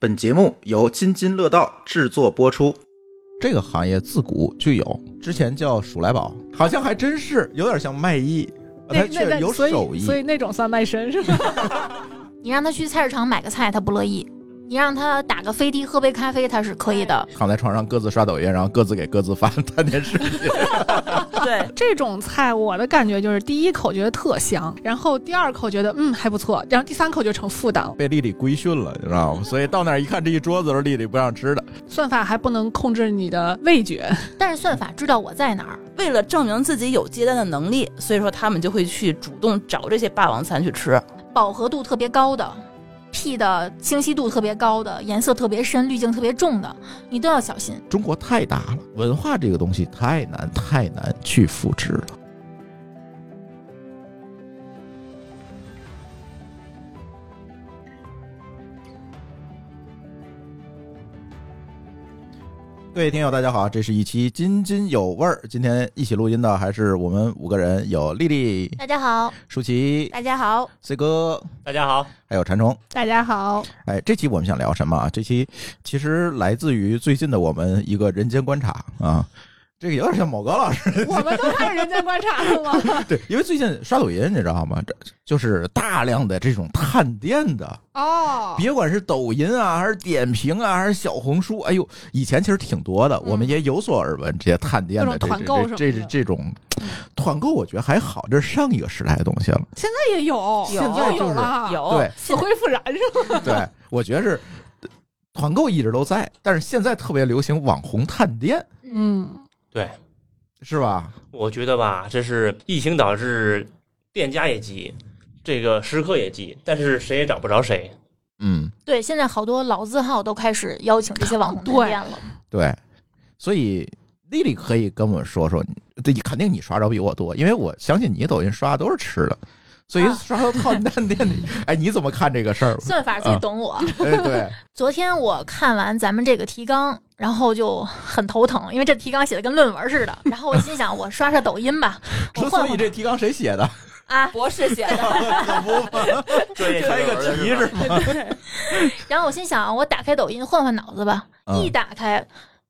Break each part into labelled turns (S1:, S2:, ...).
S1: 本节目由津津乐道制作播出。
S2: 这个行业自古就有，之前叫鼠来宝，好像还真是有点像卖艺，呃
S3: 那
S2: 它
S3: 那
S2: 确实有
S3: 那所
S2: 手
S3: 以
S2: 艺
S3: 所。以那种算卖身是吧？
S4: 你让他去菜市场买个菜，他不乐意；你让他打个飞的、喝杯咖啡，他是可以的。
S2: 躺在床上各自刷抖音，然后各自给各自发 看电视。
S5: 对，
S3: 这种菜我的感觉就是第一口觉得特香，然后第二口觉得嗯还不错，然后第三口就成负担了。
S2: 被丽丽规训了，你知道吗？所以到那儿一看，这一桌子都是丽丽不让吃的。
S3: 算法还不能控制你的味觉，
S4: 但是算法知道我在哪儿，
S5: 为了证明自己有接单的能力，所以说他们就会去主动找这些霸王餐去吃。
S4: 饱和度特别高的、P 的清晰度特别高的、颜色特别深、滤镜特别重的，你都要小心。
S2: 中国太大了，文化这个东西太难太难去复制了。各位听友，大家好，这是一期津津有味儿。今天一起录音的还是我们五个人，有丽丽、
S4: 大家好，
S2: 舒淇、
S4: 大家好，
S2: C 哥，
S6: 大家好，
S2: 还有馋虫。
S3: 大家好，
S2: 哎，这期我们想聊什么啊？这期其实来自于最近的我们一个人间观察啊，这个有点像某高老师
S3: 我们都看人间观察了吗？
S2: 对，因为最近刷抖音你知道吗？这就是大量的这种探店的，
S3: 哦，
S2: 别管是抖音啊，还是点评啊，还是小红书，哎呦，以前其实挺多的，我们也有所耳闻这些探店的
S3: 嗯各种团购什么
S2: 这这这
S3: 的嗯
S2: 这这种团购，我觉得还好，这是上一个时代的东西了。
S3: 现在也有，
S2: 现在就是
S3: 有了，
S5: 有
S2: 对
S3: 死灰复燃是吧？
S2: 对，我觉得是团购一直都在，但是现在特别流行网红探店，
S3: 嗯，
S6: 对
S2: 是吧？
S6: 我觉得吧，这是疫情导致店家也急，这个食客也急，但是谁也找不着谁。
S2: 嗯，
S4: 对，现在好多老字号都开始邀请这些网红
S3: 对
S4: 探店了。
S2: 对，所以丽丽可以跟我们说说，对，肯定你刷着比我多，因为我相信你抖音刷的都是吃的，所以
S4: 啊
S2: 刷到套蛋店 里，哎，你怎么看这个事儿？
S4: 算法最懂我。
S2: 哎，对，
S4: 昨天我看完咱们这个提纲，然后就很头疼，因为这提纲写的跟论文似的。然后我心想，我刷刷抖音吧，我
S2: 说
S4: 换
S2: 所以
S4: 换
S2: 这提纲谁写 的？嗯哎
S4: 啊。
S5: 博士写的，
S2: 可不嘛，
S6: 专业
S2: 开一个题是吗？
S4: 然后我心想，我打开抖音换换脑子吧。
S2: 嗯
S4: 一打开，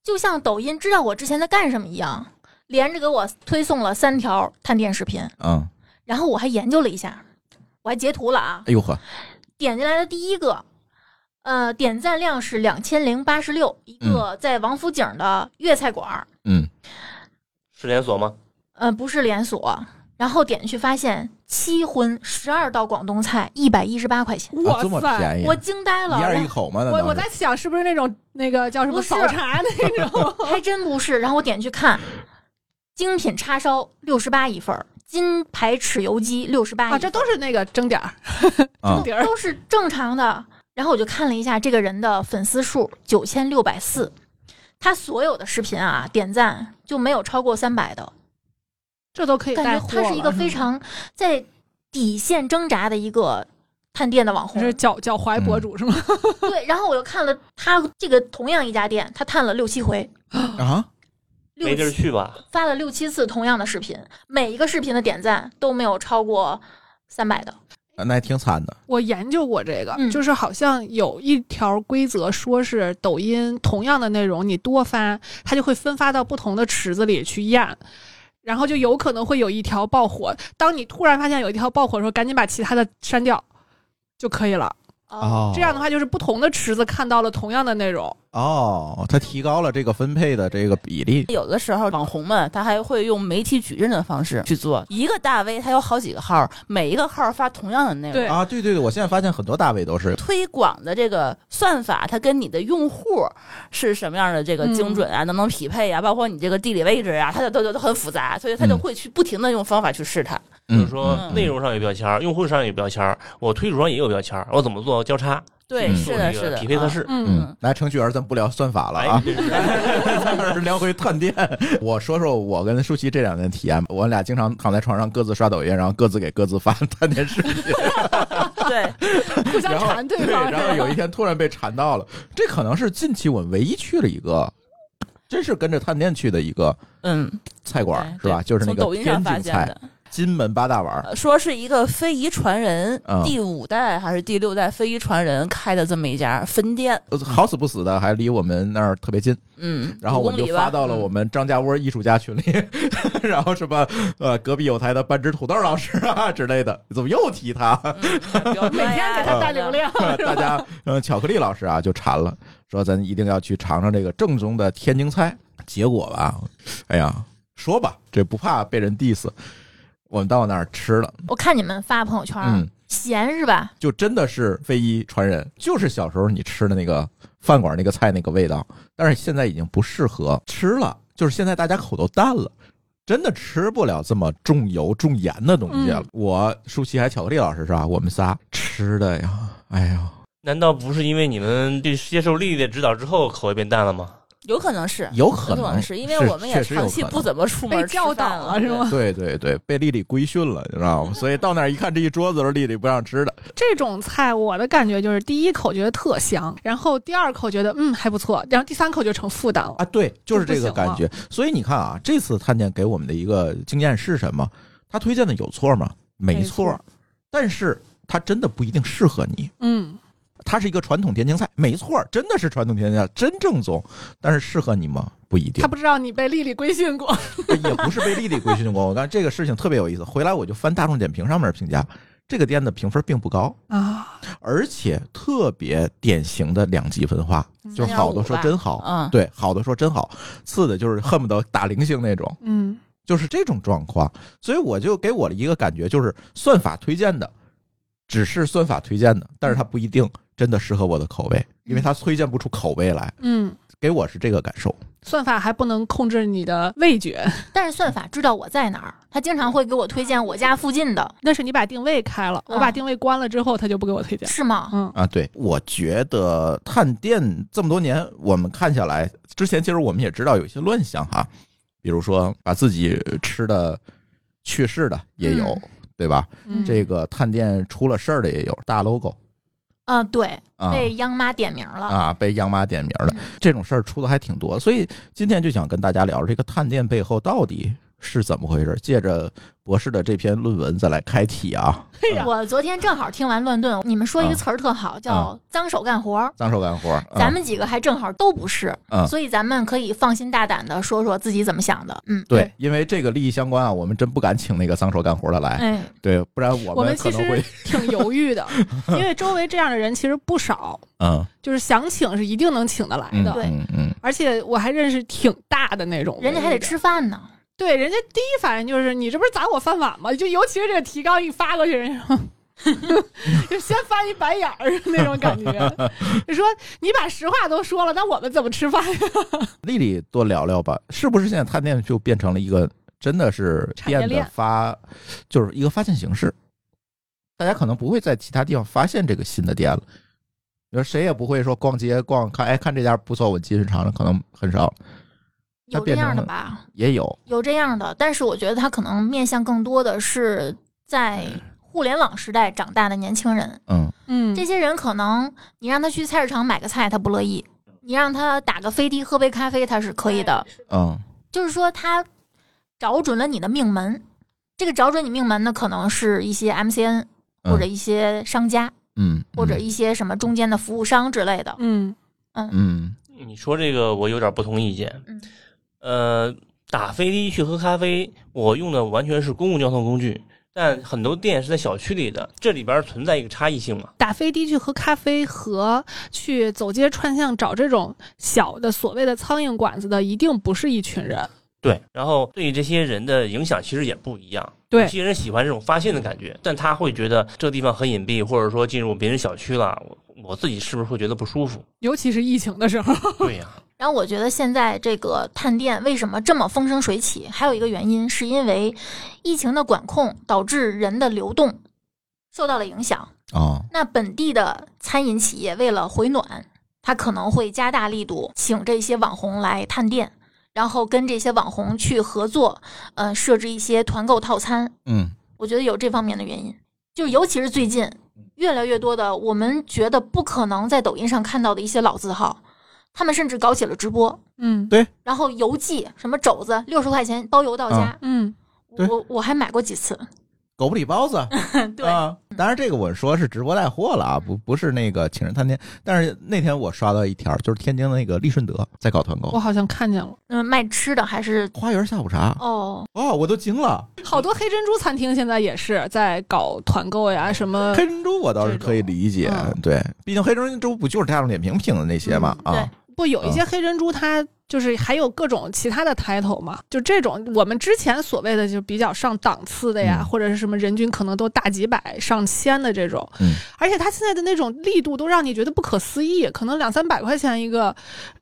S4: 就像抖音知道我之前在干什么一样，连着给我推送了三条探店视频。
S2: 嗯，
S4: 然后我还研究了一下，我还截图了啊。
S2: 哎呦呵，
S4: 点进来的第一个，呃，点赞量是两千零八十六，一个在王府井的粤菜馆儿，
S2: 嗯，
S6: 是连锁吗？
S4: 呃，不是连锁。然后点进去发现七荤十二道广东菜一百一十八块钱，
S2: 啊、这么
S3: 哇塞，
S2: 便宜，
S4: 我惊呆了。
S2: 一
S4: 然
S2: 人
S4: 后
S2: 一口嘛，那
S3: 我我
S2: 当
S3: 在
S2: 时
S3: 想是不是那种那个叫什么
S4: 不是
S3: 早茶那 种
S4: 还真不是。然后我点去看，精品叉烧六十八一份儿，金牌豉油鸡六十八
S3: 啊？这都是那个蒸点儿，蒸
S2: 啊，
S3: 点儿，
S4: 都是正常的。然后我就看了一下这个人的粉丝数九千六百四，他所有的视频啊点赞就没有超过三百的，
S3: 这都可以带
S4: 感觉
S3: 货
S4: 他是一个
S3: 了
S4: 非常在底线挣扎的一个探店的网
S3: 就
S4: 红。
S3: 是脚脚踝博主是嗯吗？
S4: 对，然后我又看了他这个同样一家店，他探了六七回，
S2: 啊，
S4: 六
S6: 没地儿去吧？
S4: 发了六七次同样的视频，每一个视频的点赞都没有超过三百的。
S2: 那还挺惨的，
S3: 我研究过这个，
S4: 嗯
S3: 就是好像有一条规则，说是抖音同样的内容你多发，它就会分发到不同的池子里去验，然后就有可能会有一条爆火。当你突然发现有一条爆火的时候，赶紧把其他的删掉就可以了。
S2: 哦
S3: 这样的话，就是不同的池子看到了同样的内容。
S2: 哦，它提高了这个分配的这个比例，
S5: 有的时候网红们他还会用媒体矩阵的方式去做，一个大 V 他有好几个号，每一个号发同样的内容。
S3: 对
S2: 啊，对对对，我现在发现很多大 V 都是，
S5: 推广的这个算法，它跟你的用户是什么样的这个精准啊，能不能匹配啊，包括你这个地理位置啊，它的都都都很复杂，所以他就
S2: 嗯
S5: 会去不停的用方法去试探。
S6: 比如
S2: 嗯
S6: 说
S2: 嗯
S6: 内容上有标签儿，用户上有标签儿，我推主上也有标签儿，我怎么做交叉？
S5: 对，
S2: 嗯
S5: 是
S6: 做
S5: 的，
S6: 这
S5: 是
S6: 个
S5: 的，
S6: 匹配测
S5: 啊
S6: 试。
S3: 嗯，
S2: 嗯，来，程序员，咱不聊算法了
S6: 哎
S2: 啊，，
S6: 真是
S2: 咱们聊回探店。 我说说我跟舒淇这两年体验吧，我俩经常躺在床上各自刷抖音，然后各自给各自发探店视 频，
S5: 对，
S3: 互相
S2: 然后
S3: 馋对 方。
S2: 然后有一天突然被馋到了，这可能是近期我唯一去了一个，真是跟着探店去的一个
S5: 嗯，
S2: 菜馆，
S5: 对
S2: 是吧？就是那
S5: 哎从
S2: 个
S5: 抖音
S2: 天
S5: 上发
S2: 津
S5: 现
S2: 菜，
S5: 的，呃
S2: 金门八大碗儿，
S5: 说是一个非遗传人、
S2: 嗯
S5: 第五代还是第六代非遗传人开的这么一家分店，
S2: 呃好死不死的还离我们那儿特别近，
S5: 嗯，
S2: 然后
S5: 五
S2: 我
S5: 公
S2: 就
S5: 里吧
S2: 发到了我们张家窝艺术家群里， 然后什么呃隔壁有台的半只土豆老师啊之类的，怎么又提 他？
S5: 每
S3: 每天给
S2: 哎
S3: 他带流，量，
S2: 大家，呃，巧克力老师啊就馋了，说咱一定要去尝尝这个正宗的天津菜。结果吧，哎呀，说吧，这不怕被人 diss。我们到那儿吃了，
S4: 我看你们发朋友圈
S5: 啊
S4: 儿，
S2: 嗯，
S4: 咸是吧？
S2: 就真的是非遗传人，就是小时候你吃的那个饭馆那个菜那个味道，但是现在已经不适合吃了，就是现在大家口都淡了。真的吃不了这么重油重盐的东西了。
S3: 嗯
S2: 我舒淇还巧克力老师是吧？我们仨吃的呀，哎呀，
S6: 难道不是因为你们这接受丽丽的指导之后口味变淡了吗？
S5: 有可能是，
S2: 有可
S5: 有可
S2: 能
S5: 能是因为我们也
S2: 确实有
S5: 长期
S2: 可能
S5: 不怎么出门
S3: 被
S5: 吃
S3: 教
S5: 饭
S3: 导了是吗？
S2: 对对对，被丽丽规训了，你知道吗？所以到那儿一看，这一桌子都是丽丽不让吃的。
S3: 这种菜我的感觉就是第一口觉得特香，然后第二口觉得嗯还不错，然后第三口就成负担了。
S2: 啊，对，就是这
S3: 就
S2: 个
S3: 不行
S2: 感
S3: 了
S2: 觉。所以你看啊，这次探店给我们的一个经验是什么？他推荐的有错吗？没
S3: 没
S2: 错，
S3: 错
S2: 但是他真的不一定适合你。
S3: 嗯，
S2: 它是一个传统天津菜，没错，真的是传统天津菜，真正宗。但是适合你吗？不一定
S3: 他。不知道你被丽丽规训过，
S2: 也不是被丽丽规训过。我看这个事情特别有意思，回来我就翻大众点评上面评价，这个店的评分并不高。
S3: 啊，
S2: 而且特别典型的两极分化，就是好的说真好，
S5: 嗯
S2: 哦对，好的说真好，次的就是恨不得打零星那种，
S3: 嗯，
S2: 就是这种状况。所以我就给我的一个感觉就是，算法推荐的只是算法推荐的，但是它不一定真的适合我的口味，因为它推荐不出口味来，
S3: 嗯，
S2: 给我是这个感受。
S3: 算法还不能控制你的味觉，
S4: 但是算法知道我在哪儿，他经常会给我推荐我家附近的，
S3: 那是你把定位开了，我
S4: 啊
S3: 把定位关了之后，他就不给我推荐。
S4: 是吗？
S3: 嗯，
S2: 啊，对，我觉得探店这么多年，我们看下来，之前其实我们也知道有一些乱象哈，比如说把自己吃的去世的也有，对吧？
S3: 嗯
S2: 这个探店出了事儿的也有，大 logo
S4: 啊，对，
S2: 啊
S4: 被央妈点名了。
S2: 啊，被央妈点名的这种事儿出的还挺多，所以今天就想跟大家聊这个探店背后到底是怎么回事，借着博士的这篇论文再来开启啊，
S4: 我昨天正好听完乱炖，你们说一个词儿特好，
S2: 啊
S4: 叫“脏手干活儿
S2: 脏手干活儿”，，
S4: 咱
S2: 嗯
S4: 们几个还正好都不是，
S2: 嗯
S4: 所以咱们可以放心大胆的说说自己怎么想的。嗯，
S2: 对
S3: 对，
S2: 因为这个利益相关啊，我们真不敢请那个脏手干活儿的来。
S4: 哎，
S2: 对，不然
S3: 我
S2: 我
S3: 们
S2: 们可
S3: 其
S2: 能会
S3: 实 挺犹豫的，因为周围这样的人其实不少，
S2: 嗯
S3: 就是想请是一定能请得来
S2: 嗯
S3: 的。
S4: 对
S2: 嗯嗯
S3: 而且我还认识挺大的那种，
S4: 人家还得。吃饭呢。
S3: 对，人家第一反应就是你这不是砸我饭碗吗？就尤其是这个提纲一发过去，人家说 就先翻一白眼儿那种感觉。 你说你把实话都说了，那我们怎么吃饭呀？
S2: 丽丽多聊聊吧，是不是现在探店就变成了一个真的是
S3: 产业
S2: 店的
S3: 链
S2: 发，就是一个发现形式？大家可能不会在其他地方发现这个新的店了。你说谁也不会说逛街逛看，哎，看这家不错，我进去尝尝，可能很少它
S4: 有这
S2: 变成
S4: 样的
S2: 了
S4: 吧？
S2: 也有。
S4: 有这样的，但是我觉得他可能面向更多的是在
S2: 哎
S4: 互联网时代长大的年轻人。
S2: 嗯，
S3: 嗯
S4: 这些人可能你让他去菜市场买个菜，他不乐意；你让他打个飞的喝杯咖啡，他是可以的。
S2: 嗯，
S4: 就是说，他找准了你的命门。这个找准你命门的，可能是一些 MCN
S2: 嗯
S4: 或者一些商家，
S2: 嗯，
S4: 或者一些什么中间的服务商之类的。
S3: 嗯
S2: 嗯
S6: 你说这个我有点不同意见。
S4: 嗯，
S6: 呃，打飞的去喝咖啡，我用的完全是公共交通工具，但很多店是在小区里的，这里边存在一个差异性嘛。
S3: 打飞的去喝咖啡和去走街串巷找这种小的所谓的苍蝇馆子的，一定不是一群人。
S6: 对，然后对这些人的影响其实也不一样。
S3: 对
S6: 有些人喜欢这种发现的感觉，但他会觉得这个地方很隐蔽，或者说进入别人小区了，我我自己是不是会觉得不舒服？
S3: 尤其是疫情的时候，
S6: 对 呀、
S4: 然后我觉得现在这个探店为什么这么风生水起，还有一个原因是因为疫情的管控导致人的流动受到了影响。
S2: 哦，
S4: 那本地的餐饮企业为了回暖，它可能会加大力度，请这些网红来探店，然后跟这些网红去合作，呃，设置一些团购套餐。
S2: 嗯
S4: 我觉得有这方面的原因，就尤其是最近越来越多的我们觉得不可能在抖音上看到的一些老字号，他们甚至搞起了直播，
S3: 嗯
S2: 对
S4: 然后邮寄什么肘子六十块钱包邮到家。
S3: 嗯
S2: 啊对
S4: 我我还买过几次，
S2: 狗不理包子，
S4: 对
S2: 啊，当然这个我说是直播带货了啊，不不是那个请人探店。但是那天我刷到一条，就是天津的那个利顺德在搞团
S3: 我
S2: 购，
S3: 好像看见了，
S4: 嗯，卖吃的还是
S2: 花园下午茶，
S4: 哦，
S2: 哦，我都惊了。
S3: 好多黑珍珠餐厅现在也是在搞团购呀，什么
S2: 黑珍珠我倒是可以理解，
S3: 这种
S2: 对，毕竟黑珍珠不就是大众点评评的那些嘛、
S4: 嗯
S2: 啊。
S3: 不有一些黑珍珠它。就是还有各种其他的 title 嘛，就这种我们之前所谓的就比较上档次的呀，
S2: 嗯
S3: 或者是什么人均可能都大几百、上千的这种，
S2: 嗯
S3: 而且它现在的那种力度都让你觉得不可思议，可能两三百块钱一个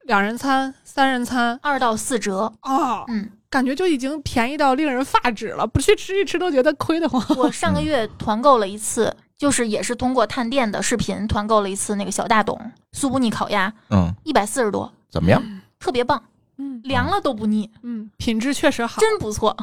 S3: 两人餐、三人餐
S4: 二到四折，
S3: 哦，
S4: 嗯，
S3: 感觉就已经便宜到令人发指了，不去吃一吃都觉得亏得慌。
S4: 我上个月团购了一次，就是也是通过探店的视频团购了一次那个小大董苏布尼烤鸭，
S2: 嗯，
S4: 一百四十多，
S2: 怎么样
S4: 特别棒，
S3: 嗯
S4: 凉了都不腻，
S3: 嗯，品质确实好。
S4: 真不错，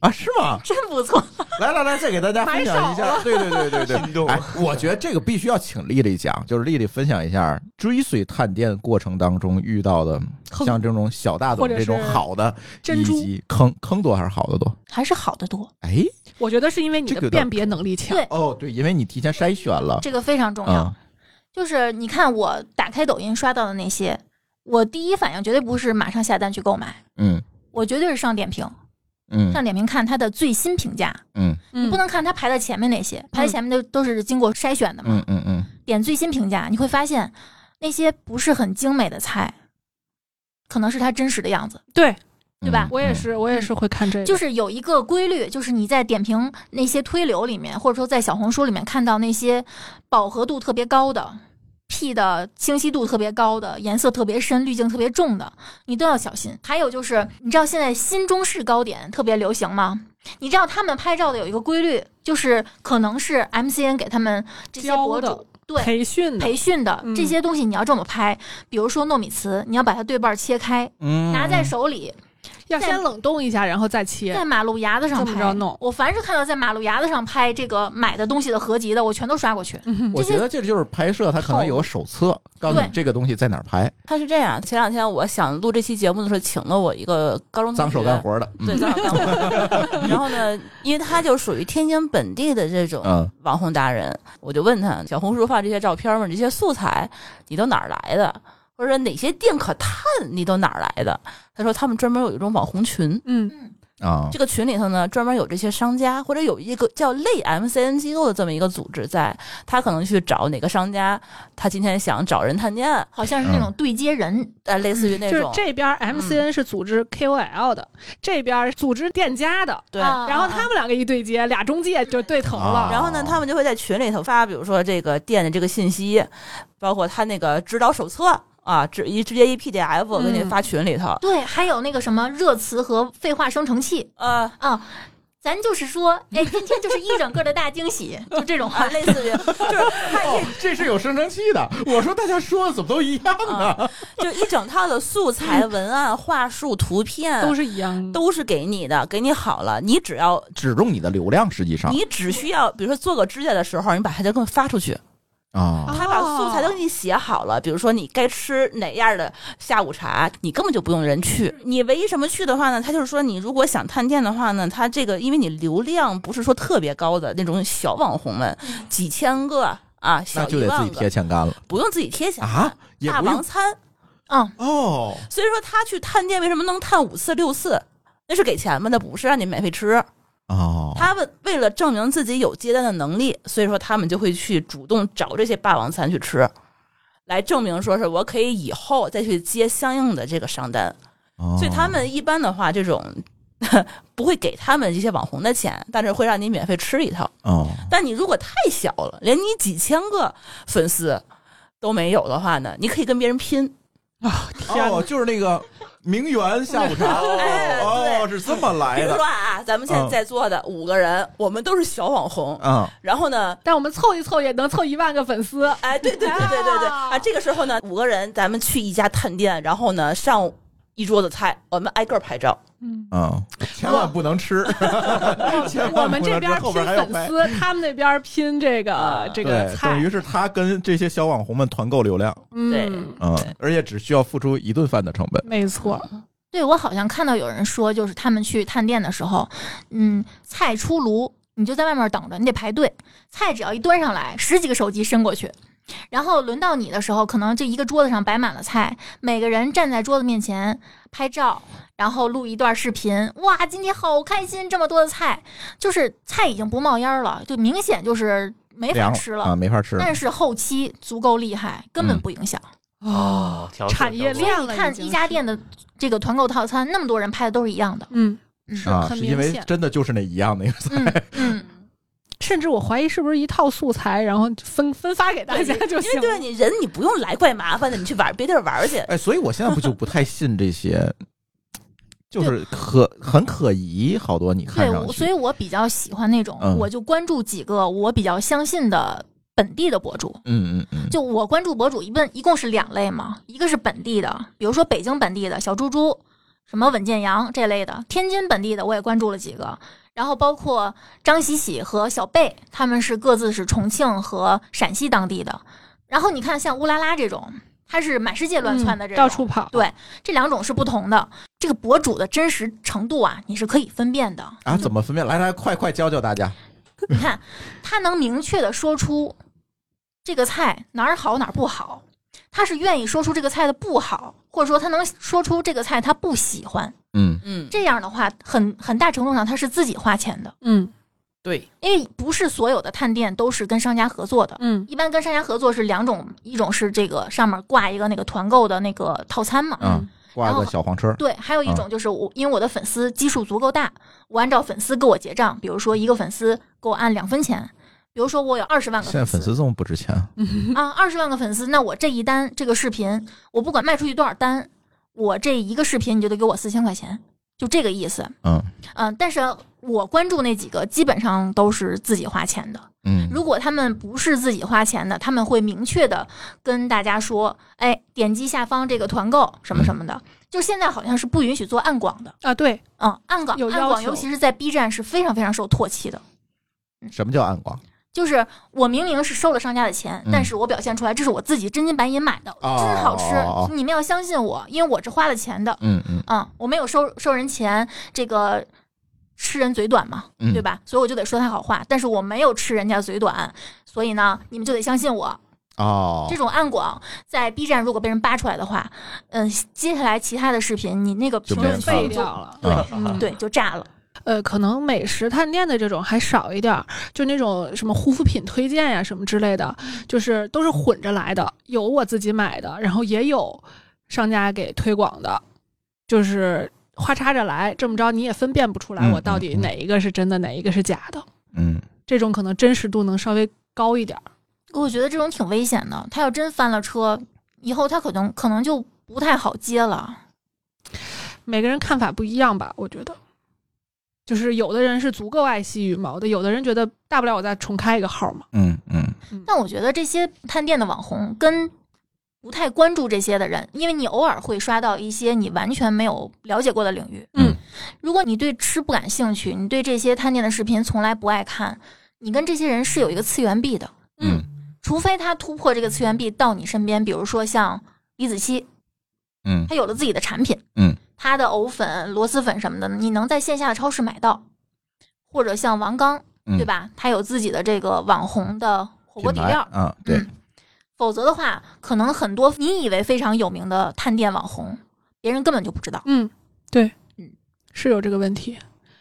S2: 啊？是吗？
S4: 真不错。
S2: 来来来，再给大家分享一下，对对对对对，
S6: 心动
S2: 哎，我觉得这个必须要请丽丽讲，就是丽丽分享一下追随探店过程当中遇到的，
S3: 坑
S2: 像这种小大董
S3: 或者
S2: 这种
S3: 是
S2: 好的，
S3: 珍珠
S2: 以及坑坑多还是好的多？
S4: 还是好的多，
S2: 哎，
S3: 我觉得是因为你
S2: 这个
S3: 的
S2: 有点
S3: 辨别能力强。
S4: 对
S2: 哦，对，因为你提前筛选了，
S4: 这个非常重要。
S2: 啊，
S4: 就是你看我打开抖音刷到的那些，我第一反应绝对不是马上下单去购买，
S2: 嗯
S4: 我绝对是上点评，
S2: 嗯
S4: 上点评看它的最新评价，
S2: 嗯
S3: 嗯，
S4: 你不能看它排在前面那些，排在前面的都是经过筛选的嘛。
S2: 嗯嗯嗯，
S4: 点最新评价，你会发现那些不是很精美的菜，可能是它真实的样子。
S3: 对
S4: 对吧
S2: 嗯
S3: 我也，是，我也是会看这个，
S4: 就是有一个规律，就是你在点评那些推流里面，或者说在小红书里面看到那些饱和度特别高的、P 的清晰度特别高的、颜色特别深、滤镜特别重的，你都要小心。还有就是，你知道现在新中式糕点特别流行吗？你知道他们拍照的有一个规律，就是可能是 MCN 给他们这些博
S3: 教的
S4: 主对
S3: 培训的，
S4: 培训的
S3: 嗯
S4: 这些东西，你要这么拍。比如说糯米糍，你要把它对半切开，
S2: 嗯，
S4: 拿在手里，
S3: 要
S4: 在
S3: 先冷冻一下，然后再切
S4: 在。马路牙子上
S3: 这
S4: 拍
S3: 么着弄
S4: 我凡是看到在马路牙子上拍这个买的东西的合集的，我全都刷过去。
S3: 嗯
S2: 我觉得这就是拍摄，它可能有个手册，告诉你
S4: 对
S2: 这个东西在哪儿拍，
S5: 他是这样，前两天我想录这期节目的时候，请了我一个高中同
S2: 脏
S5: 学，
S2: 手干活的，嗯
S5: 对，脏手 干活。然后呢，因为他就属于天津本地的这种
S2: 嗯
S5: 网红达人，我就问他，小红书发这些照片吗？这些素材你都哪儿来的？或者说哪些店可探你都哪儿来的？他说他们专门有一种网红群，
S3: 嗯，
S2: 啊
S5: 这，个群里头呢，专门有这些商家，或者有一个叫类 MCN 机构的这么一个组织在，他可能去找哪个商家，他今天想找人探店，
S4: 好像是
S3: 嗯
S4: 那种对接人，
S5: 呃，类似于那
S3: 就是
S5: 种，
S3: 这边 MCN 是组织 KOL 的，这边组织店家的，
S5: 对。
S4: 啊
S3: 然后他们两个一对接，俩中介就对头
S2: 啊
S3: 了。
S5: 然后呢，他们就会在群里头发，比如说这个店的这个信息，包括他那个指导手册啊，直一直接一 PDF 给
S3: 嗯
S5: 你发群里头。
S4: 对，还有那个什么热词和废话生成器
S5: 呃，
S4: 啊。咱就是说，哎，今天就是一整个的大 惊喜，就这种话
S5: 啊，。类似于就是他一
S2: 哦这是有生成器的。我说大家说的怎么都一样呢？
S5: 就一整套的
S2: 嗯
S5: 素材、文案、话术、图片
S3: 都是一样的，
S5: 都是给你的，给你好了，你只要
S2: 只中你的流量，实际上
S5: 你只需要，比如说做个指甲的时候，你把它就给我发出去，
S2: 啊，
S5: 他把素材都给你写好了。比如说你该吃哪样的下午茶，你根本就不用人
S2: 嗯
S5: 去。你唯一什么去的话呢？他就是说，你如果想探店的话呢，他这个因为你流量不是说特别高的那种小网红们，几千个啊，
S2: 嗯那
S5: 小
S2: 就
S5: 一
S2: 得自
S5: 万
S2: 己
S5: 个
S2: 贴，钱干了
S5: 不用自己贴钱。
S2: 啊，也
S5: 大
S2: 不
S5: 王
S2: 用
S5: 餐，
S4: 嗯，
S2: 哦，
S5: 所以说他去探店为什么能探五次六次？那是给钱吗？那不是让你免费吃。
S2: 哦，
S5: 他们为了证明自己有接单的能力，所以说他们就会去主动找这些霸王餐去吃，来证明说是我可以以后再去接相应的这个商单。
S2: 哦
S5: 所以他们一般的话，这种 不会给他们这些网红的钱，但是会让你免费吃一套。
S2: 哦，
S5: 但你如果太小了，连你几千个粉丝都没有的话呢，你可以跟别人拼。
S2: 哦，就是那个名媛下午 茶，
S5: 哎
S2: 哦，是这么
S5: 比
S2: 来
S5: 如
S2: 的
S5: 说啊，咱们现在
S2: 嗯
S5: 在座的五个人，我们都是小网红，
S2: 啊，
S5: 然后呢，
S3: 但我们凑一凑也能凑一万个粉丝。
S5: 哎，对对对对对对啊！这个时候呢，五个人咱们去一家探店，然后呢上一桌子菜，我们挨个儿拍照。
S3: 嗯，
S2: 嗯，千万不能吃，千万不能吃
S3: 我们这边
S2: 后
S3: 拼
S2: 边还有
S3: 粉
S2: 拍
S3: 丝，他们那边拼这个
S5: 啊
S3: 这个
S2: 对，等
S3: 菜
S2: 于。是他跟这些小网红们团购流量，
S3: 嗯，
S2: 嗯
S5: 对，
S2: 而且只需要付出一顿饭的成本，
S3: 没错。
S4: 对我好像看到有人说，就是他们去探店的时候，嗯，菜出炉，你就在外面等着，你得排队。菜只要一端上来，十几个手机伸过去，然后轮到你的时候，可能这一个桌子上摆满了菜，每个人站在桌子面前拍照，然后录一段视频。哇，今天好开心，这么多的菜，就是菜已经不冒烟了，就明显就是没法
S2: 凉
S4: 吃了。
S2: 啊，没法吃了。
S4: 但是后期足够厉害，根本不影响。
S6: 哦， 调整
S3: 产业链
S6: 调整
S4: 所以
S3: 亮了已
S4: 你看
S3: 经
S4: 一家
S3: 是
S4: 店的这个团购套餐，那么多人拍的都是一样的。
S3: 嗯，
S4: 嗯
S3: 是
S2: 啊，
S3: 很
S2: 是因
S3: 明
S2: 为
S3: 显。
S2: 真的就是那一样那个菜，
S4: 嗯嗯，
S3: 甚至我怀疑是不是一套素材，然后分分发给大家就
S5: 因
S3: 行
S5: 为对
S3: 了。
S5: 你人你不用来怪麻烦的，你去玩别地儿 玩去。
S2: 哎，所以我现在不就不太信这些，就是可很可疑，好多你看
S4: 对，
S2: 上
S4: 我
S2: 去，
S4: 所以我比较喜欢那种，
S2: 嗯
S4: 我就关注几个我比较相信的本地的博主。
S2: 嗯嗯嗯，
S4: 就我关注博主一问，一共是两类嘛，一个是本地的，比如说北京本地的小猪猪，什么稳健羊这类的；天津本地的我也关注了几个，然后包括张喜喜和小贝，他们是各自是重庆和陕西当地的。然后你看像乌拉拉这种，他是满世界乱窜的这
S3: 嗯
S4: 种，
S3: 到处跑，
S4: 对这两种是不同的。这个博主的真实程度啊，你是可以分辨的。
S2: 啊，怎么分辨？来来，快快教教大家，
S4: 你看，他能明确的说出这个菜哪儿好哪儿不好，他是愿意说出这个菜的不好，或者说他能说出这个菜他不喜欢。
S2: 嗯
S5: 嗯，
S4: 这样的话，很很大程度上他是自己花钱的，
S3: 嗯
S5: 对，
S4: 因为不是所有的探店都是跟商家合作的。
S3: 嗯
S4: 一般跟商家合作是两种，一种是这个上面挂一个那个团购的那个套餐嘛，
S2: 啊
S3: 嗯，
S2: 挂
S4: 然
S2: 个
S4: 后
S2: 小黄车，
S4: 对，还
S2: 嗯
S4: 有一种就是我，因为我的粉丝基数足够大，我按照粉丝给我结账，比如说一个粉丝给我按两分钱，比如说我有二十万个
S2: 现在粉丝这么不值钱，
S4: 啊，二十万个粉丝，那我这一单这个视频，我不管卖出去多少单，我这一个视频你就得给我四千块钱，就这个意思。
S2: 嗯
S4: 嗯、但是我关注那几个基本上都是自己花钱的。
S2: 嗯
S4: 如果他们不是自己花钱的，他们会明确的跟大家说，哎，点击下方这个团购什么什么的。就现在好像是不允许做暗广的，
S3: 啊，对，
S4: 嗯，暗广
S3: 有
S4: 暗
S3: 要
S4: 广，
S3: 求
S4: 尤其是在 B 站是非常非常受唾弃的。
S2: 什么叫暗广？
S4: 就是我明明是收了商家的钱，
S2: 嗯
S4: 但是我表现出来这是我自己真金白银买的，
S2: 哦
S4: 真好吃，
S2: 哦哦
S4: 你们要相信我，因为我是花了钱的，
S2: 嗯嗯
S4: 嗯，我没有收收人钱，这个吃人嘴短嘛，
S2: 嗯
S4: 对吧？所以我就得说他好话，但是我没有吃人家嘴短，所以呢，你们就得相信我。
S2: 哦
S4: 这，种暗广在 B 站如果被人扒出来的话，嗯、接下来其他的视频你那个
S2: 就没
S4: 评论
S2: 人
S4: 区
S2: 看
S3: 嗯废
S2: 了
S3: 掉
S4: 就
S3: 了。
S2: 啊
S3: 嗯
S4: 对就炸了，
S3: 呃，可能美食探店的这种还少一点儿，就那种什么护肤品推荐呀、什么之类的，就是都是混着来的，有我自己买的，然后也有商家给推广的，就是花插着来，这么着你也分辨不出来
S2: 嗯
S3: 我到底
S2: 嗯嗯
S3: 哪一个是真的，哪一个是假的，
S2: 嗯
S3: 这种可能真实度能稍微高一点儿。
S4: 我觉得这种挺危险的。他要真翻了车，以后他可能可能就不太好接了。
S3: 每个人看法不一样吧，我觉得。就是有的人是足够爱惜羽毛的，有的人觉得大不了我再重开一个号嘛。
S2: 嗯嗯，
S4: 但我觉得这些探店的网红跟不太关注这些的人，因为你偶尔会刷到一些你完全没有了解过的领域。
S2: 嗯，
S4: 如果你对吃不感兴趣，你对这些探店的视频从来不爱看，你跟这些人是有一个次元壁的。
S2: 嗯，
S4: 除非他突破这个次元壁到你身边，比如说像李子柒，
S2: 嗯
S4: 他有了自己的产品，
S2: 嗯，
S4: 他的藕粉、螺蛳粉什么的，你能在线下的超市买到，或者像王刚，
S2: 嗯
S4: 对吧？他有自己的这个网红的火锅
S2: 品
S4: 底
S2: 牌
S4: 料，
S2: 啊，对，
S4: 嗯否则的话，可能很多你以为非常有名的探店网红，别人根本就不知道。
S3: 嗯，对，
S4: 嗯，
S3: 是有这个问题，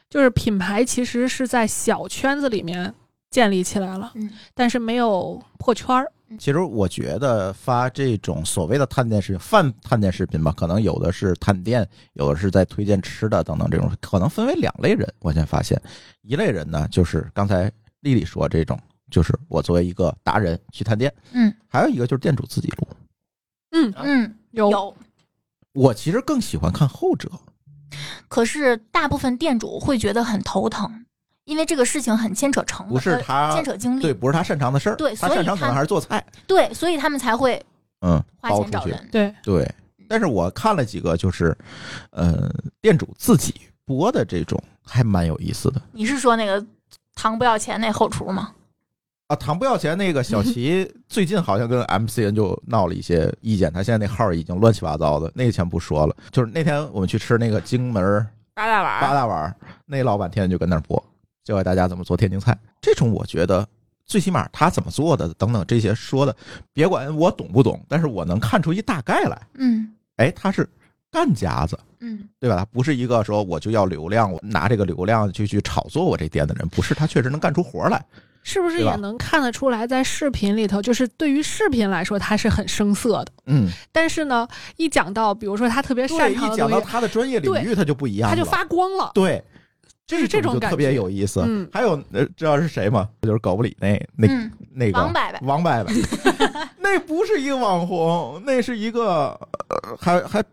S3: 就是品牌其实是在小圈子里面建立起来了，
S4: 嗯，
S3: 但是没有破圈儿。
S2: 其实我觉得发这种所谓的探店视频、泛探店视频吧，可能有的是探店，有的是在推荐吃的等等这种，可能分为两类人。我现在发现，一类人呢，就是刚才丽丽说这种，就是我作为一个达人去探店，
S4: 嗯，
S2: 还有一个就是店主自己录。
S3: 嗯，
S2: 啊
S4: 嗯，
S3: 有
S4: 有。
S2: 我其实更喜欢看后者，
S4: 可是大部分店主会觉得很头疼，因为这个事情很牵扯成本，
S2: 不是
S4: 呃
S2: 他
S4: 牵扯精力，
S2: 对，不是他擅长的事儿，
S4: 对
S2: 他
S4: 所以
S2: 擅长可能
S4: 他
S2: 还是做菜，
S4: 对，所以他们才会
S2: 嗯，
S4: 花
S2: 包
S4: 钱
S2: 出
S4: 找
S2: 去，
S4: 人。嗯
S3: 对，
S2: 对，但是我看了几个，就是，呃，店主自己播的这种，还蛮有意思的。
S4: 你是说那个糖不要钱那后厨吗？
S2: 啊，糖不要钱那个小齐最近好像跟 MCN 就闹了一些意见，他现在那号已经乱七八糟的，那个先不说了。就是那天我们去吃那个荆门儿
S5: 八大碗
S2: 八
S5: 儿，
S2: 大碗儿，那老板天天就跟那儿播，教给大家怎么做天津菜。这种我觉得最起码他怎么做的等等这些说的，别管我懂不懂，但是我能看出一大概来。
S4: 嗯
S2: 哎，他是干家子，
S4: 嗯
S2: 对吧？他不是一个说我就要流量，我拿这个流量就去炒作我这店的人，不是，他确实能干出活儿来。
S3: 是不是
S2: 对吧
S3: 也能看得出来，在视频里头，就是对于视频来说，他是很生涩的。
S2: 嗯，
S3: 但是呢，一讲到比如说他特别
S2: 对，
S3: 擅
S2: 一
S3: 长的
S2: 讲到
S3: 东西，
S2: 他的专业领域，他就不一样了，
S3: 他就发光了。
S2: 对，
S3: 就是这种
S2: 就
S3: 感
S2: 特别
S3: 觉
S2: 有意思。
S3: 嗯
S2: 还有呃知道是谁吗？就是狗不理那那、
S4: 嗯，
S2: 那个
S4: 王伯伯
S2: 王伯伯， 那不是一个网红，那是一个、呃、还还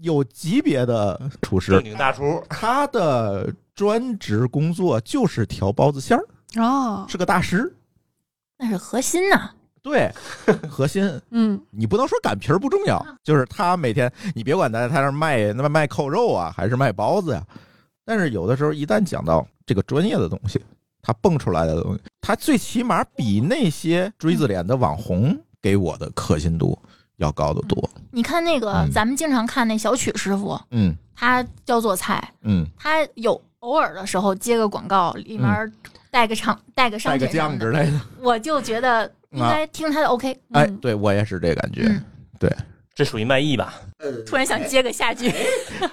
S2: 有级别的厨
S6: 正
S2: 师，
S6: 经大厨，
S2: 他的专职工作就是调包子馅儿，
S3: 哦，
S2: 是个大师。
S4: 那是核心呐。
S2: 对，核心
S3: 嗯，
S2: 你不能说擀皮儿不重要，就是他每天你别管他在那儿卖那么卖扣肉啊，还是卖包子呀、但是有的时候一旦讲到这个专业的东西，他蹦出来的东西，他最起码比那些锥子脸的网红给我的可信度要高得多。
S4: 你看那个，
S2: 嗯
S4: 咱们经常看那小曲师傅，
S2: 嗯
S4: 他教做菜，
S2: 嗯，
S4: 他有偶尔的时候接个广告，里面带个厂、带个商
S2: 带个
S4: 品什
S2: 酱
S4: 么
S2: 之
S4: 的，
S2: 类的。
S4: 我就觉得应该听他的 OK。
S2: 哎，
S3: 嗯
S2: 对我也是这感觉，
S4: 嗯
S6: 这属于卖艺吧？
S4: 突然想接个下句，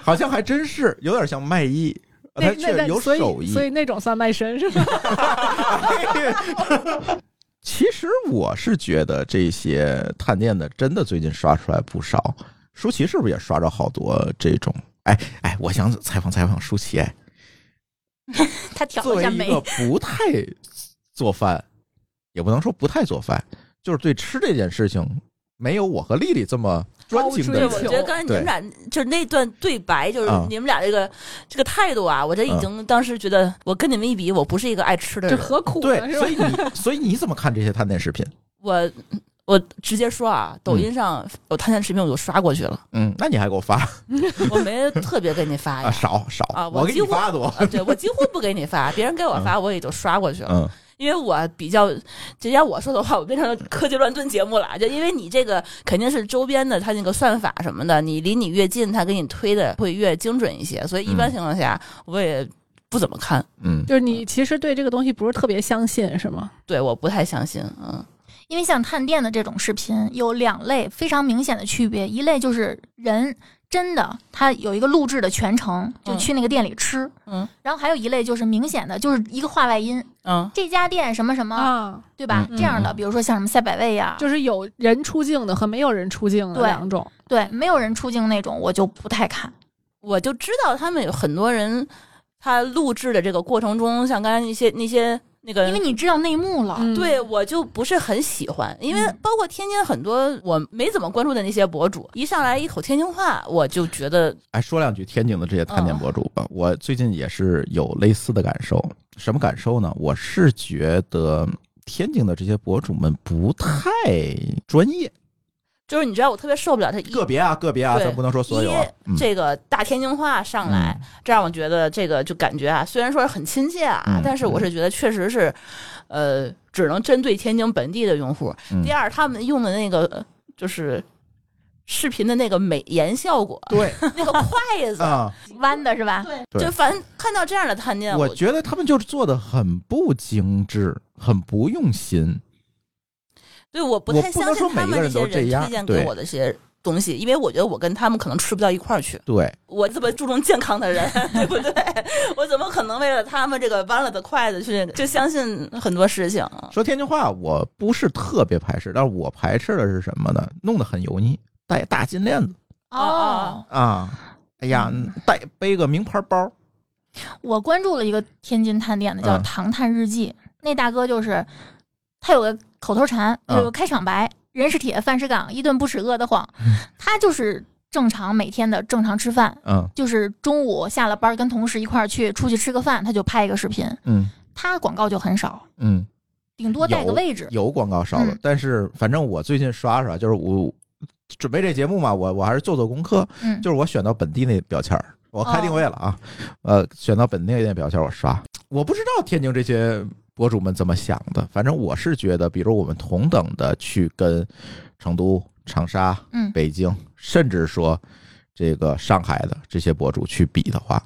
S2: 好像还真是有点像卖艺，啊
S3: 那
S2: 他
S3: 那
S2: 确实
S3: 那
S2: 有
S3: 所
S2: 手
S3: 以
S2: 艺。
S3: 所以那种算卖身 是吧？
S2: 其实我是觉得这些探店的真的最近刷出来不少，舒淇是不是也刷着好多这种？哎哎，我想采访采访舒淇，哎，
S4: 他挑
S2: 作
S4: 了一
S2: 为
S4: 下
S2: 一个
S4: 眉，
S2: 不太做饭，也不能说不太做饭，就是对吃这件事情没有我和丽丽这么专情
S5: 对，
S2: 的
S3: 对
S5: 我
S3: 我
S5: 觉
S2: 情。
S5: 得刚才你们俩就是那段对白，就是
S2: 啊
S5: 你们俩这个、这个态度啊，我这已经当时觉得，我跟你们一比，我不是一个爱吃的
S3: 这
S5: 人。
S3: 何苦呢？
S2: 对，
S3: 是
S2: 所
S3: 吧
S2: 以？你所以你怎么看这些探店视频？
S5: 我我直接说啊，抖音上有探店视频我就刷过去了，
S2: 嗯，那你还给我发
S5: 我没特别给你发
S2: 啊？
S5: 呀。
S2: 少少
S5: 啊我
S2: 我给
S5: 几
S2: 你
S5: 乎
S2: 发多。
S5: 啊，对我几乎不给你发，别人给我发我也就刷过去了，
S2: 嗯
S5: 因为我比较，就像我说的话，我变成了科技乱炖节目了。就因为你这个肯定是周边的，它那个算法什么的，你离你越近，它给你推的会越精准一些，所以一般情况下我也不怎么看，
S2: 嗯，
S3: 就是你其实对这个东西不是特别相信，是吗？
S5: 对，我不太相信，嗯，
S4: 因为像探店的这种视频有两类非常明显的区别，一类就是人真的他有一个录制的全程，就去那个店里吃，
S5: 嗯，
S4: 然后还有一类就是明显的就是一个话外音，
S5: 嗯，
S4: 这家店什么什么，
S3: 啊，
S4: 对吧？
S3: 嗯
S4: 这样的，比如说像什么赛百味啊呀、
S3: 就是有人出镜的和没有人出镜的
S4: 对
S3: 两种。
S4: 对，没有人出镜那种，我就不太看。
S5: 我就知道他们有很多人，他录制的这个过程中，像刚才那些那些那个，
S4: 因为你知道内幕了，
S3: 嗯
S5: 对我就不是很喜欢，因为
S2: 嗯
S5: 包括天津很多我没怎么关注的那些博主，一上来一口天津话，我就觉得
S2: 哎，说两句天津的这些探
S5: 哦
S2: 店博主吧。我最近也是有类似的感受，什么感受呢？我是觉得天津的这些博主们不太专业，
S5: 就是你知道我特别受不了他一
S2: 个别啊，个别啊，
S5: 嗯对
S2: 咱不能说所有啊。
S5: 一这个大天津话上来，
S2: 嗯
S5: 这让我觉得这个就感觉啊，虽然说是很亲切啊，
S2: 嗯
S5: 但是我是觉得确实是，呃，只能针对天津本地的用户。
S2: 嗯
S5: 第二，他们用的那个呃就是视频的那个美颜效果，
S2: 对
S5: 那个筷 子，
S2: 啊，
S4: 弯的是吧？
S2: 对
S5: 就反正看到这样的探店，
S2: 我
S5: 我
S2: 觉得他们就是做的很不精致，很不用心。
S5: 对我不
S2: 我
S5: 太
S2: 不
S5: 相
S2: 能
S5: 信
S2: 说
S5: 他
S2: 每个
S5: 们那
S2: 人
S5: 些
S2: 都这
S5: 人
S2: 样
S5: 推荐
S2: 对
S5: 给我的一些东西，因为我觉得我跟他们可能吃不到一块儿去。
S2: 对，
S5: 我这么注重健康的人， 对不对？我怎么可能为了他们这个弯了的筷子去就相信很多事情？啊
S2: 说天津话，我不是特别排斥，但是我排斥的是什么呢？弄得很油腻，戴大金链子
S5: 哦，嗯
S2: 啊，哎呀，带背个名牌包，
S4: 我关注了一个天津探店的，叫
S2: 嗯
S4: 《唐探日记》，那大哥就是他有个口头禅，
S2: 嗯
S4: 有个开场白：“人是铁，饭是钢，一顿不吃饿得慌。”
S2: 嗯
S4: 他就是正常每天的正常吃饭，
S2: 嗯
S4: 就是中午下了班跟同事一块儿去出去吃个饭，他就拍一个视频。
S2: 嗯
S4: 他广告就很少，
S2: 嗯。
S4: 顶多带个位置。
S2: 有广告少了，
S4: 嗯
S2: 但是反正我最近刷刷，就是我准备这节目嘛，我我还是做做功课，
S4: 嗯，
S2: 就是我选到本地那标签儿，
S4: 哦
S2: 我开定位了啊，呃，选到本地那标签儿我刷，我不知道天津这些博主们怎么想的。反正我是觉得，比如我们同等的去跟成都、长沙、
S4: 嗯
S2: 北京，甚至说这个上海的这些博主去比的话，